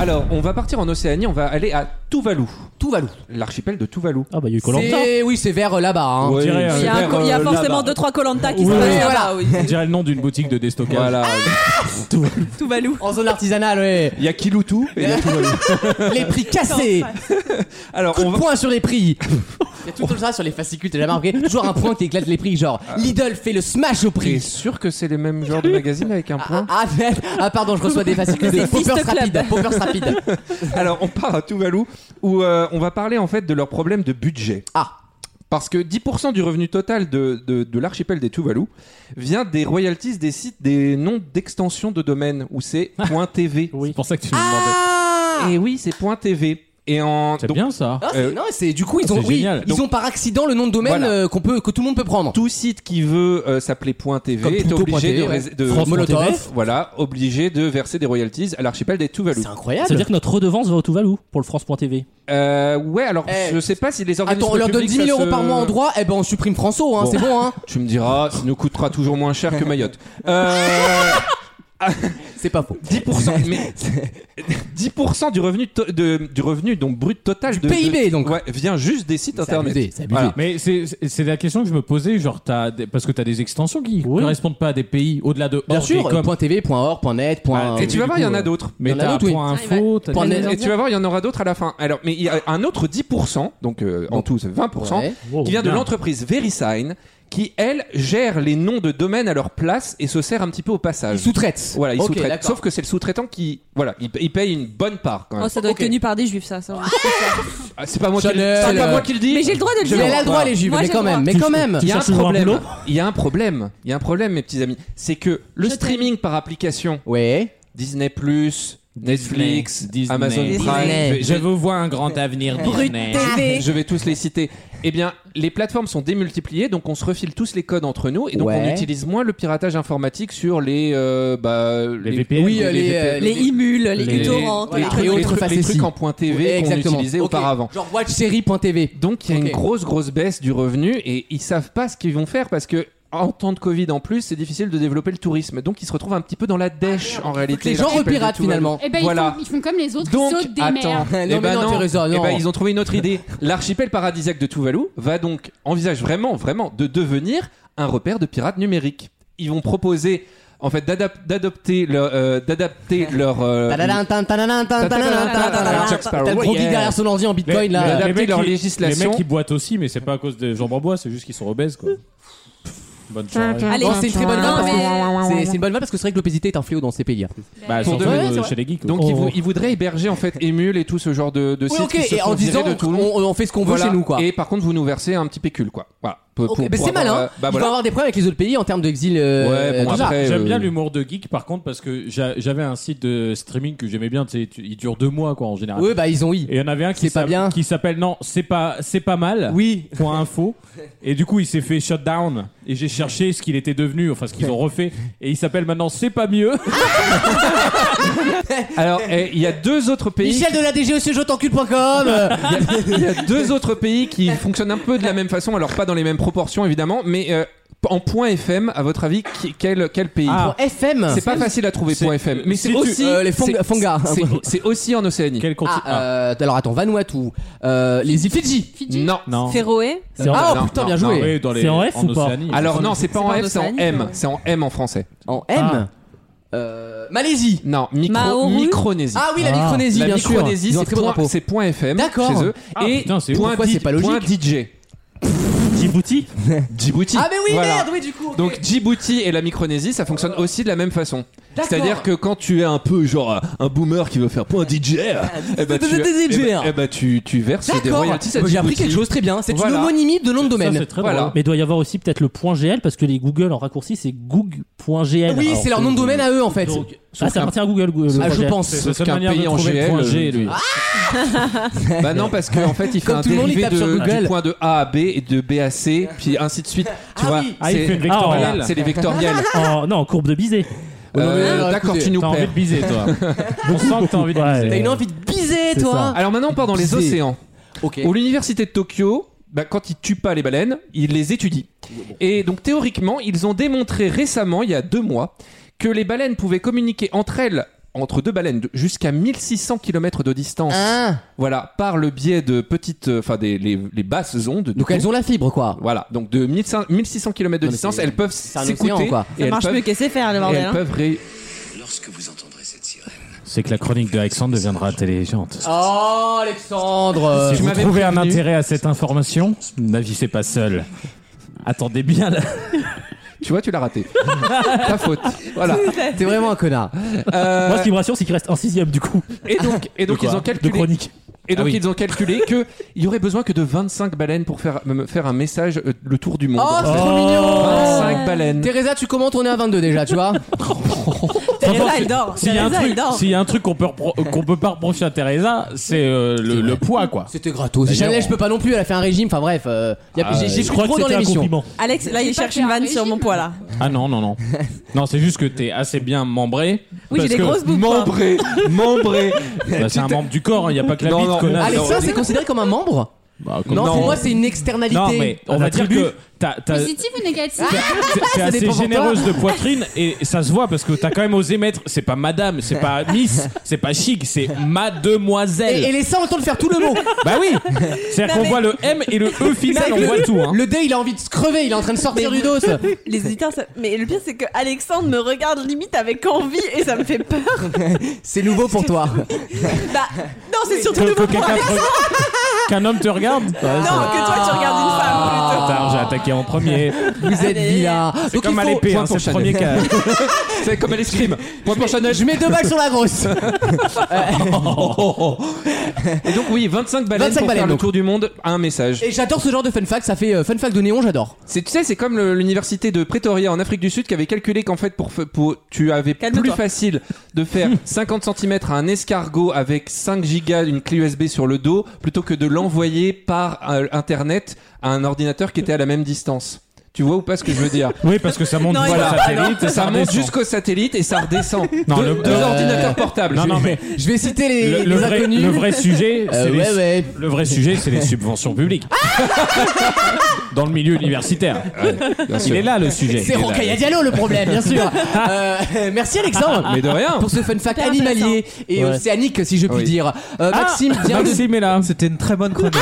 E: Alors, on va partir en Océanie, on va aller à Tuvalu,
B: Tuvalu.
E: l'archipel de Tuvalu.
H: Ah bah il y a eu Colanta.
B: C'est... Oui, c'est vers euh, là-bas. hein.
E: Ouais,
C: dirait,
E: c'est
D: Il y a, un
E: vers,
D: co- il y a
E: euh,
D: forcément
E: là-bas.
D: 2 trois Colanta qui
C: Oui,
D: se
C: oui,
D: passent
B: voilà.
D: là-bas, Ah oui.
C: On dirait le nom d'une boutique de déstockage.
E: Voilà,
D: Tout va loup.
B: En zone artisanale, ouais.
E: il y a Kiloutou et il y a Tuvalu.
B: les prix cassés.
E: Alors,
B: Coup
E: on
B: de
E: va...
B: poing sur les prix. Il y a tout le temps ça sur les fascicules, t'as jamais remarqué Toujours un point qui éclate les prix, genre Lidl fait le smash au
E: T'es
B: prix.
E: sûr que c'est les mêmes genres de magazines avec un
B: Ah,
E: point
B: ah, merde. Ah, pardon, je reçois des fascicules de
D: C'est Fist
B: Poppers
D: Club.
B: rapide. Poppers rapide.
E: Alors, on part à Tuvalu où euh, on va parler en fait de leurs problèmes de budget.
B: Ah.
E: Parce que 10% du revenu total de, de- de l'archipel des Tuvalu vient des royalties des sites des noms d'extension de domaine où c'est .tv. C'est pour ça que tu me
B: Ah
E: demandais. Et oui, c'est .tv. Et en Ah. euh, C'est bien
C: ça.
B: Ah, c'est- non, c'est du coup ils ont, oui, ils ont par accident le nom de domaine
E: Voilà.
B: euh, qu'on peut que tout le monde peut prendre.
E: Tout site qui veut euh, s'appeler
B: Comme
E: .tv est
B: Pluto
E: obligé
B: .tv,
E: de,
B: ouais.
E: rés- de-
B: France Molotov.
E: .tv, voilà, obligé de verser des royalties à l'archipel des Tuvalu. C'est
B: incroyable.
H: C'est-à-dire que notre redevance va au Tuvalu pour le France.tv.
E: Euh, ouais, alors je sais pas si les organismes
B: Attends, on leur donne
E: publics,
B: 10 000
E: ça
B: euros
E: se-
B: par mois en droit, eh ben on supprime François, hein, c'est bon hein.
E: Tu me diras, ça nous coûtera toujours moins cher que Mayotte. Euh,
B: C'est pas faux.
E: 10%, mais 10% du revenu, to- de- du revenu donc brut total de,
C: PIB,
E: donc vient juste des sites internet. Voilà.
C: Mais c'est- c'est c'est la question que je me posais, genre t'as des- parce que t'as des extensions qui correspondent pas à des pays au-delà de
B: Bien
C: hors
B: sûr,
C: des com.
B: point .tv, point .org, point .net, point...
E: Et tu vas voir, il y en a d'autres.
B: Il y en a d'autres, oui.
D: Ah,
B: Point net.
E: Et tu vas voir, il y en aura d'autres à la fin. Alors, mais il y a un autre 10%, donc euh, en tout c'est 20%,
B: Ouais.
E: qui vient de
B: Wow.
E: l'entreprise VeriSign, qui elle gère les noms de domaines à leur place et se sert un petit peu au passage. Ils
B: sous-traitent.
E: Voilà, ils
B: Ok,
E: sous-traitent.
B: d'accord.
E: Sauf que c'est le sous-traitant qui, voilà, il, il paye une bonne part quand même.
D: Oh, ça doit
E: Ok.
D: être tenu par des juifs, ça. ça.
E: Ah, C'est pas moi qui le
B: Chanel,
E: c'est pas
B: euh,
E: moi qui le dis.
D: Mais j'ai le droit de le
E: Je
D: dire.
E: vois.
D: Elle a le droit, les Juifs, Moi, mais j'ai quand le même, droit. mais quand même.
E: Il y a un
D: Tu cherches toujours un
E: problème.
D: boulot
E: Il y a un problème. Il y a un problème, mes petits amis. C'est que le streaming par application.
B: Ouais.
E: Disney Netflix,
C: Disney.
E: Amazon
C: Disney.
E: Prime.
C: Disney. Je vous vois un grand avenir, Brut Disney. TV.
E: Je vais tous les citer. Eh bien, les plateformes sont démultipliées, donc on se refile tous les codes entre nous, et donc
B: Ouais.
E: on utilise moins le piratage informatique sur les, euh, bah, les,
C: VPN.
B: Oui, euh, les, euh, les
D: Imul, les
B: uTorrent,
E: les,
B: les
E: trucs-
B: trucs-
E: les
B: autres
E: trucs- les trucs
B: facéties.
E: en point
B: Ouais,
E: TV qu'on
B: exactement.
E: utilisait
B: Ok.
E: auparavant.
B: Genre watchsérie.tv.
E: Donc il y a
B: Ok.
E: une grosse grosse baisse du revenu et ils savent pas ce qu'ils vont faire parce que en temps de Covid en plus, c'est difficile de développer le tourisme. Donc ils se retrouvent un petit peu dans la dèche en réalité.
B: les gens
E: L'archipel de
B: repiratent,
E: Tuvalu.
B: finalement.
F: Eh ben, ils
E: voilà.
F: font- ils, font, comme les autres,
E: Donc,
F: ils sautent des
E: attends,
F: mers.
E: Eh
B: Non, mais
E: ben
B: non, t'as raison,
E: Eh
B: non.
E: ben, ils ont trouvé une autre idée. L'archipel paradisiaque de Tuvalu va donc envisage vraiment, vraiment de devenir un repère de pirates numériques. Ils vont proposer, en fait, d'adap- d'adopter leur, euh, d'adapter leur, euh,
B: Tadadin, tan, tadadin, tan, tadadin, tan, tadadin.
E: Jack Sparrow,
B: T'as le gros
E: yeah.
B: geek derrière son ordi en bitcoin
C: Les- les-
B: là.
C: les mecs qui- Les mecs qui
B: qui
C: boitent aussi, mais c'est pas à cause des jambes en bois, c'est juste qu'ils sont obèses, quoi. Bonne soirée.
B: Allez, Oh, c'est une très bonne vanne.
C: Non,
B: parce que-
C: mais-
B: C'est c'est une bonne vanne parce que c'est vrai que l'obésité est un fléau dans ces pays.
C: Bah,
B: Pour de
C: surtout,
B: vrai,
C: euh,
B: c'est vrai.
C: chez les geeks,
E: Donc
C: quoi.
E: ils, vou-
C: Oh.
E: ils voudraient héberger en fait Emule et tout ce genre de, de
B: Oui,
E: sites
B: ok,
E: qui se
B: et
E: font
B: en
E: virer
B: disant
E: de tout le
B: on-
E: monde.
B: on fait ce qu'on veut chez nous, quoi.
E: Et par contre vous nous versez un petit pécule quoi. Voilà. Pour-
B: Ok,
E: pour-
B: mais
E: pour
B: c'est malin.
E: avoir, euh, bah,
B: Il va
E: voilà.
B: avoir des problèmes avec les autres pays en termes d'exil. euh,
E: Ouais, bon,
B: tout ça.
E: après,
C: J'aime bien
E: euh,
C: l'humour de geek par contre parce que j'a- j'avais un site de streaming que j'aimais bien, tu sais, tu- il dure deux mois quoi en
E: hein.
C: général.
B: Oui, bah ils ont oui.
C: Et il y en avait un qui
B: C'est pas
C: s'app-
B: bien.
C: qui s'appelle non, c'est pas c'est pas mal.
B: Oui.
C: Point info. Et du coup, il s'est fait shut down et j'ai cherché ce qu'il était devenu, enfin ce qu'ils ont refait et il s'appelle maintenant c'est pas mieux.
E: Alors eh, il y a deux autres pays.
B: Michel de la E DGEC, je t'encule.com. euh,
E: Il y a deux autres pays qui fonctionnent un peu de la même façon, alors pas dans les mêmes proportions évidemment, mais euh, en point FM, à votre avis, qui- quel, quel pays
B: Ah, Point FM.
E: C'est pas facile à trouver
B: C'est-
E: point FM, mais
B: si
E: c'est
B: tu-
E: aussi
B: Euh, les Fong-
E: c'est-
B: Fonga.
E: c'est- C'est aussi en Océanie. Quel
B: Ah, euh, alors attends, Vanuatu, euh, les îles Fidji.
E: Non, non.
D: Oh. Féroé
B: C'est en- Ah, oh, putain, bien joué.
C: ah. Oui, dans les-
B: C'est en F
C: en
B: ou pas
C: Océanie.
E: Alors non, c'est pas
B: C'est
E: en
B: pas
E: F, c'est en
B: d'Océanie,
E: M.
B: ouais.
E: C'est en M en français.
B: En M
E: Ah.
B: Euh, Malaisie.
E: Non, micro-
B: Maoru
E: Micronésie.
B: Ah oui, la Micronésie,
E: La
B: bien sûr.
E: Micronésie,
B: Ils ont un
E: c'est
B: très beau
E: point,
B: drapeau.
E: c'est point FM
B: D'accord.
E: chez eux.
B: Ah,
E: et
B: putain, c'est ouf.
E: point,
B: Pourquoi
E: di-
B: c'est pas logique
E: point DJ.
H: Djibouti
E: Djibouti.
B: Ah mais oui,
E: Voilà.
B: merde, oui, du coup. ok.
E: Donc Djibouti et la Micronésie, ça fonctionne aussi de la même façon.
B: D'accord.
E: C'est-à-dire que quand tu es un peu genre un boomer qui veut faire point DJ,
B: Ah,
E: eh ben, tu,
B: DJ.
E: eh ben- eh ben, tu, tu verses des
B: hein. D'accord. Bah,
E: royalties à
B: J'ai appris
E: Djibouti.
B: quelque chose très bien. C'est
E: Voilà.
B: une homonymie de nom de domaine.
H: c'est très drôle. Mais il doit y avoir aussi peut-être le point .gl parce que les Google en raccourci c'est goog.gl.
B: Oui, c'est leur nom de domaine à eux en fait.
H: Donc, ah, ça appartient à Google. Google
B: Ah, je
H: .gl.
B: pense.
E: Sauf qu'un pays en GL, euh, Bah non parce qu'en fait il fait
B: Ah. Comme
E: un
B: tout le monde, il
E: dérivé
B: tape sur
E: de,
B: Google.
E: du point de A à B et de B à C puis ainsi de suite. Tu vois,
H: Ah, il
E: c'est-
H: fait une
E: Ah, voilà,
H: vectorielle.
E: c'est les vectoriels.
H: En- Oh, non, en courbe de Bizet.
B: Ah,
E: Euh, D'accord, tu nous
C: T'as envie
E: perds.
C: de biser toi. On sent que t'as envie de biser.
B: T'as une envie de biser, toi.
E: Alors maintenant, on part dans les
B: Biser.
E: océans.
B: Ok.
E: Où l'université de Tokyo, bah, quand ils tuent pas les baleines, ils les étudient. Et donc théoriquement, ils ont démontré récemment, il y a deux mois, que les baleines pouvaient communiquer entre elles entre deux baleines de- jusqu'à 1600 km de distance.
D: Ah.
B: Hein
E: Voilà, par le biais de petites, euh, enfin des les, les basses ondes. du
B: Donc
E: coup.
B: elles ont la fibre quoi.
E: Voilà, donc de 1500 1600 km de
B: Non, mais
E: distance,
B: c'est-
E: elles peuvent
B: c'est un
E: s'écouter.
B: océan, quoi.
E: et
D: Ça
E: elles
D: marche
E: peuvent-
D: mieux que c'est faire, le
E: et
D: bordel. hein.
E: elles peuvent ré-
L: Lorsque vous entendrez cette sirène,
C: C'est que la chronique de Alexandre deviendra intelligente.
B: Oh Alexandre.
C: si vous trouvez un intérêt à cette information, n'agissez pas seul. Attendez bien la...
E: Tu vois, tu l'as raté. Ta faute. Voilà.
B: T'es vraiment un connard.
E: Euh,
H: Moi, ce qui me rassure, c'est qu'il reste en sixième du coup.
E: Et donc, et donc
H: De quoi
E: ils ont
H: De
E: calculé.
H: chronique.
E: Et donc
C: Ah oui.
E: ils ont calculé que il y aurait besoin que de 25 baleines pour faire, me- me faire un message euh, le tour du monde.
B: Oh, c'est Oh. trop mignon
E: 25 baleines.
B: Teresa, tu commentes, on est à 22 déjà, tu vois
C: Franchement,
B: elle
C: si-
B: dort.
C: S'il y a un
B: Teresa, elle
C: truc,
B: dort.
C: s'il y a un truc qu'on peut repro- euh, qu'on peut pas reprocher à Teresa, c'est euh, le, le poids quoi.
B: C'était gratos. Si jamais je peux pas non plus, elle a fait un régime, enfin bref, euh, y a-
C: Ah,
B: j'ai- j'ai
C: je
B: pris
C: crois que
B: trop dans
C: c'était un
B: l'émission.
C: compliment.
D: Alex, là, il cherche une vanne sur mon poids, là.
C: Ah non non non. non, c'est juste que t'es assez bien membré.
D: Oui, j'ai
C: parce
D: des
C: que-
D: grosses bouffes.
E: Membré, membré.
C: Bah, c'est un membre du corps, il y a pas que la
E: Non,
C: bite
E: non,
C: connasse.
B: Allez, Ah, ça, c'est considéré comme un membre
C: Bah, comme-
B: Non, pour moi, c'est une externalité.
C: Non, mais on va dire que t'as- t'as-
F: Positif ou négatif
C: T'es-
B: Ah, Ça
C: T'es
B: dépend
C: assez
B: pour toi.
C: généreuse de poitrine et ça se voit parce que t'as quand même osé mettre. C'est pas madame, c'est pas miss, c'est pas chic, c'est mademoiselle.
B: Et, et laissez entendre faire tout le mot.
C: Bah oui C'est-à-dire
B: Non,
C: qu'on
B: mais-
C: voit le M et le E final,
B: C'est
C: on
B: vrai
C: voit
B: que
C: tout. Hein.
B: Le dé, il a envie de se crever, il est en train de sortir
D: Mais-
B: du dos. ça.
D: Les auditeurs, ça- mais le pire, c'est que Alexandre me regarde limite avec envie et ça me fait peur.
B: C'est nouveau pour toi.
D: Bah, non, c'est surtout
C: Faut-
D: nouveau
C: faut
D: pour
C: quelqu'un te
D: Alexandre.
C: re- Qu'un homme te regarde
D: Non, que toi, tu regardes une
B: Ah,
D: femme plutôt.
C: Tard, j'ai attaqué en premier.
B: Vous êtes vilain.
C: C'est comme à l'épée, hein, c'est le premier cas.
E: C'est comme à l'escrime. Point pour Chanel.
B: Je mets deux balles sur la grosse.
E: Et donc oui, 25 baleines
B: 25
E: pour
B: baleines,
E: faire le
B: donc.
E: tour du monde à un message.
B: Et j'adore ce genre de fun fact, ça fait euh, fun fact de néon, j'adore.
E: C'est- Tu sais, c'est comme le- l'université de Pretoria en Afrique du Sud qui avait calculé qu'en fait, pour, f- pour- tu avais
D: Calme-toi.
E: plus facile de faire 50 cm à un escargot avec 5 gigas d'une clé USB sur le dos plutôt que de l'envoyer par euh, internet à un ordinateur qui était à la même distance. Tu vois ou pas ce que je veux dire
C: Oui, parce que ça monte
D: Non,
C: jusqu'au
D: voilà.
C: satellite et ça
E: Ça monte
C: redescend.
E: jusqu'au satellite et ça redescend.
C: Non,
E: deux,
C: le-
E: deux
C: euh,
E: ordinateurs portables.
C: Non, non, mais
B: Je vais citer les,
C: le,
B: les
C: le vrai,
B: inconnus.
C: le vrai sujet,
B: Euh,
C: c'est les-
B: ouais, ouais.
C: Le vrai sujet, c'est les subventions publiques.
B: Ah
C: Dans le milieu universitaire. Il est là le sujet.
B: C'est
C: Il est là.
B: Rokhaya Diallo le problème, bien sûr. Euh, merci Alexandre.
E: Mais de rien.
B: Pour ce fun fact
D: Super
B: animalier et
G: Ouais.
B: océanique, si je puis
E: Oui.
B: dire. Euh,
C: Ah,
B: Maxime, vient de-
C: Maxime est là.
G: C'était une très bonne chronique.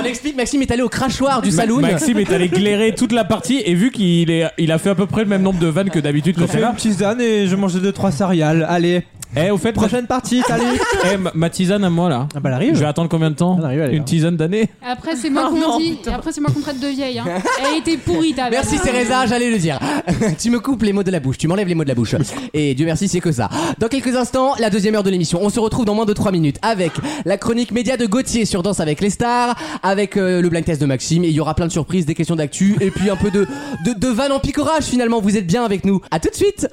B: on explique, Maxime est allé au crachoir du
C: Ma-
B: saloon.
C: Maxime est allé éclairer toute la partie et vu qu'il est, il a fait à peu près le même nombre de vannes que d'habitude
G: J'ai
C: quand
G: fait
C: il
G: une
C: là.
G: tisane et je mangeais deux trois céréales. Allez,
C: Eh, au fait,
G: prochaine partie, salut.
C: ma, eh, ma- ma tisane à moi là.
G: Ah bah elle
C: Je
G: arrive.
C: vais attendre combien de temps
G: Elle arrive, elle est
C: Une
G: là.
C: tisane d'années
F: Après, c'est moi qu'on dit. Et après, c'est moi qu'on traite de vieille. hein. Elle était pourrie, ta
B: Merci
F: vanne.
B: Céreza, j'allais le dire. tu me coupes les mots de la bouche, tu m'enlèves les mots de la bouche. Et Dieu merci, c'est que ça. Dans quelques instants, la deuxième heure de l'émission. On se retrouve dans moins de 3 minutes avec la chronique média de Gauthier sur Danse avec les stars, avec euh, le blind test de Maxime. Et il y aura plein de surprises, des questions d'actu et puis un peu de, de, de vannes en picorage finalement. Vous êtes bien avec nous. À tout de suite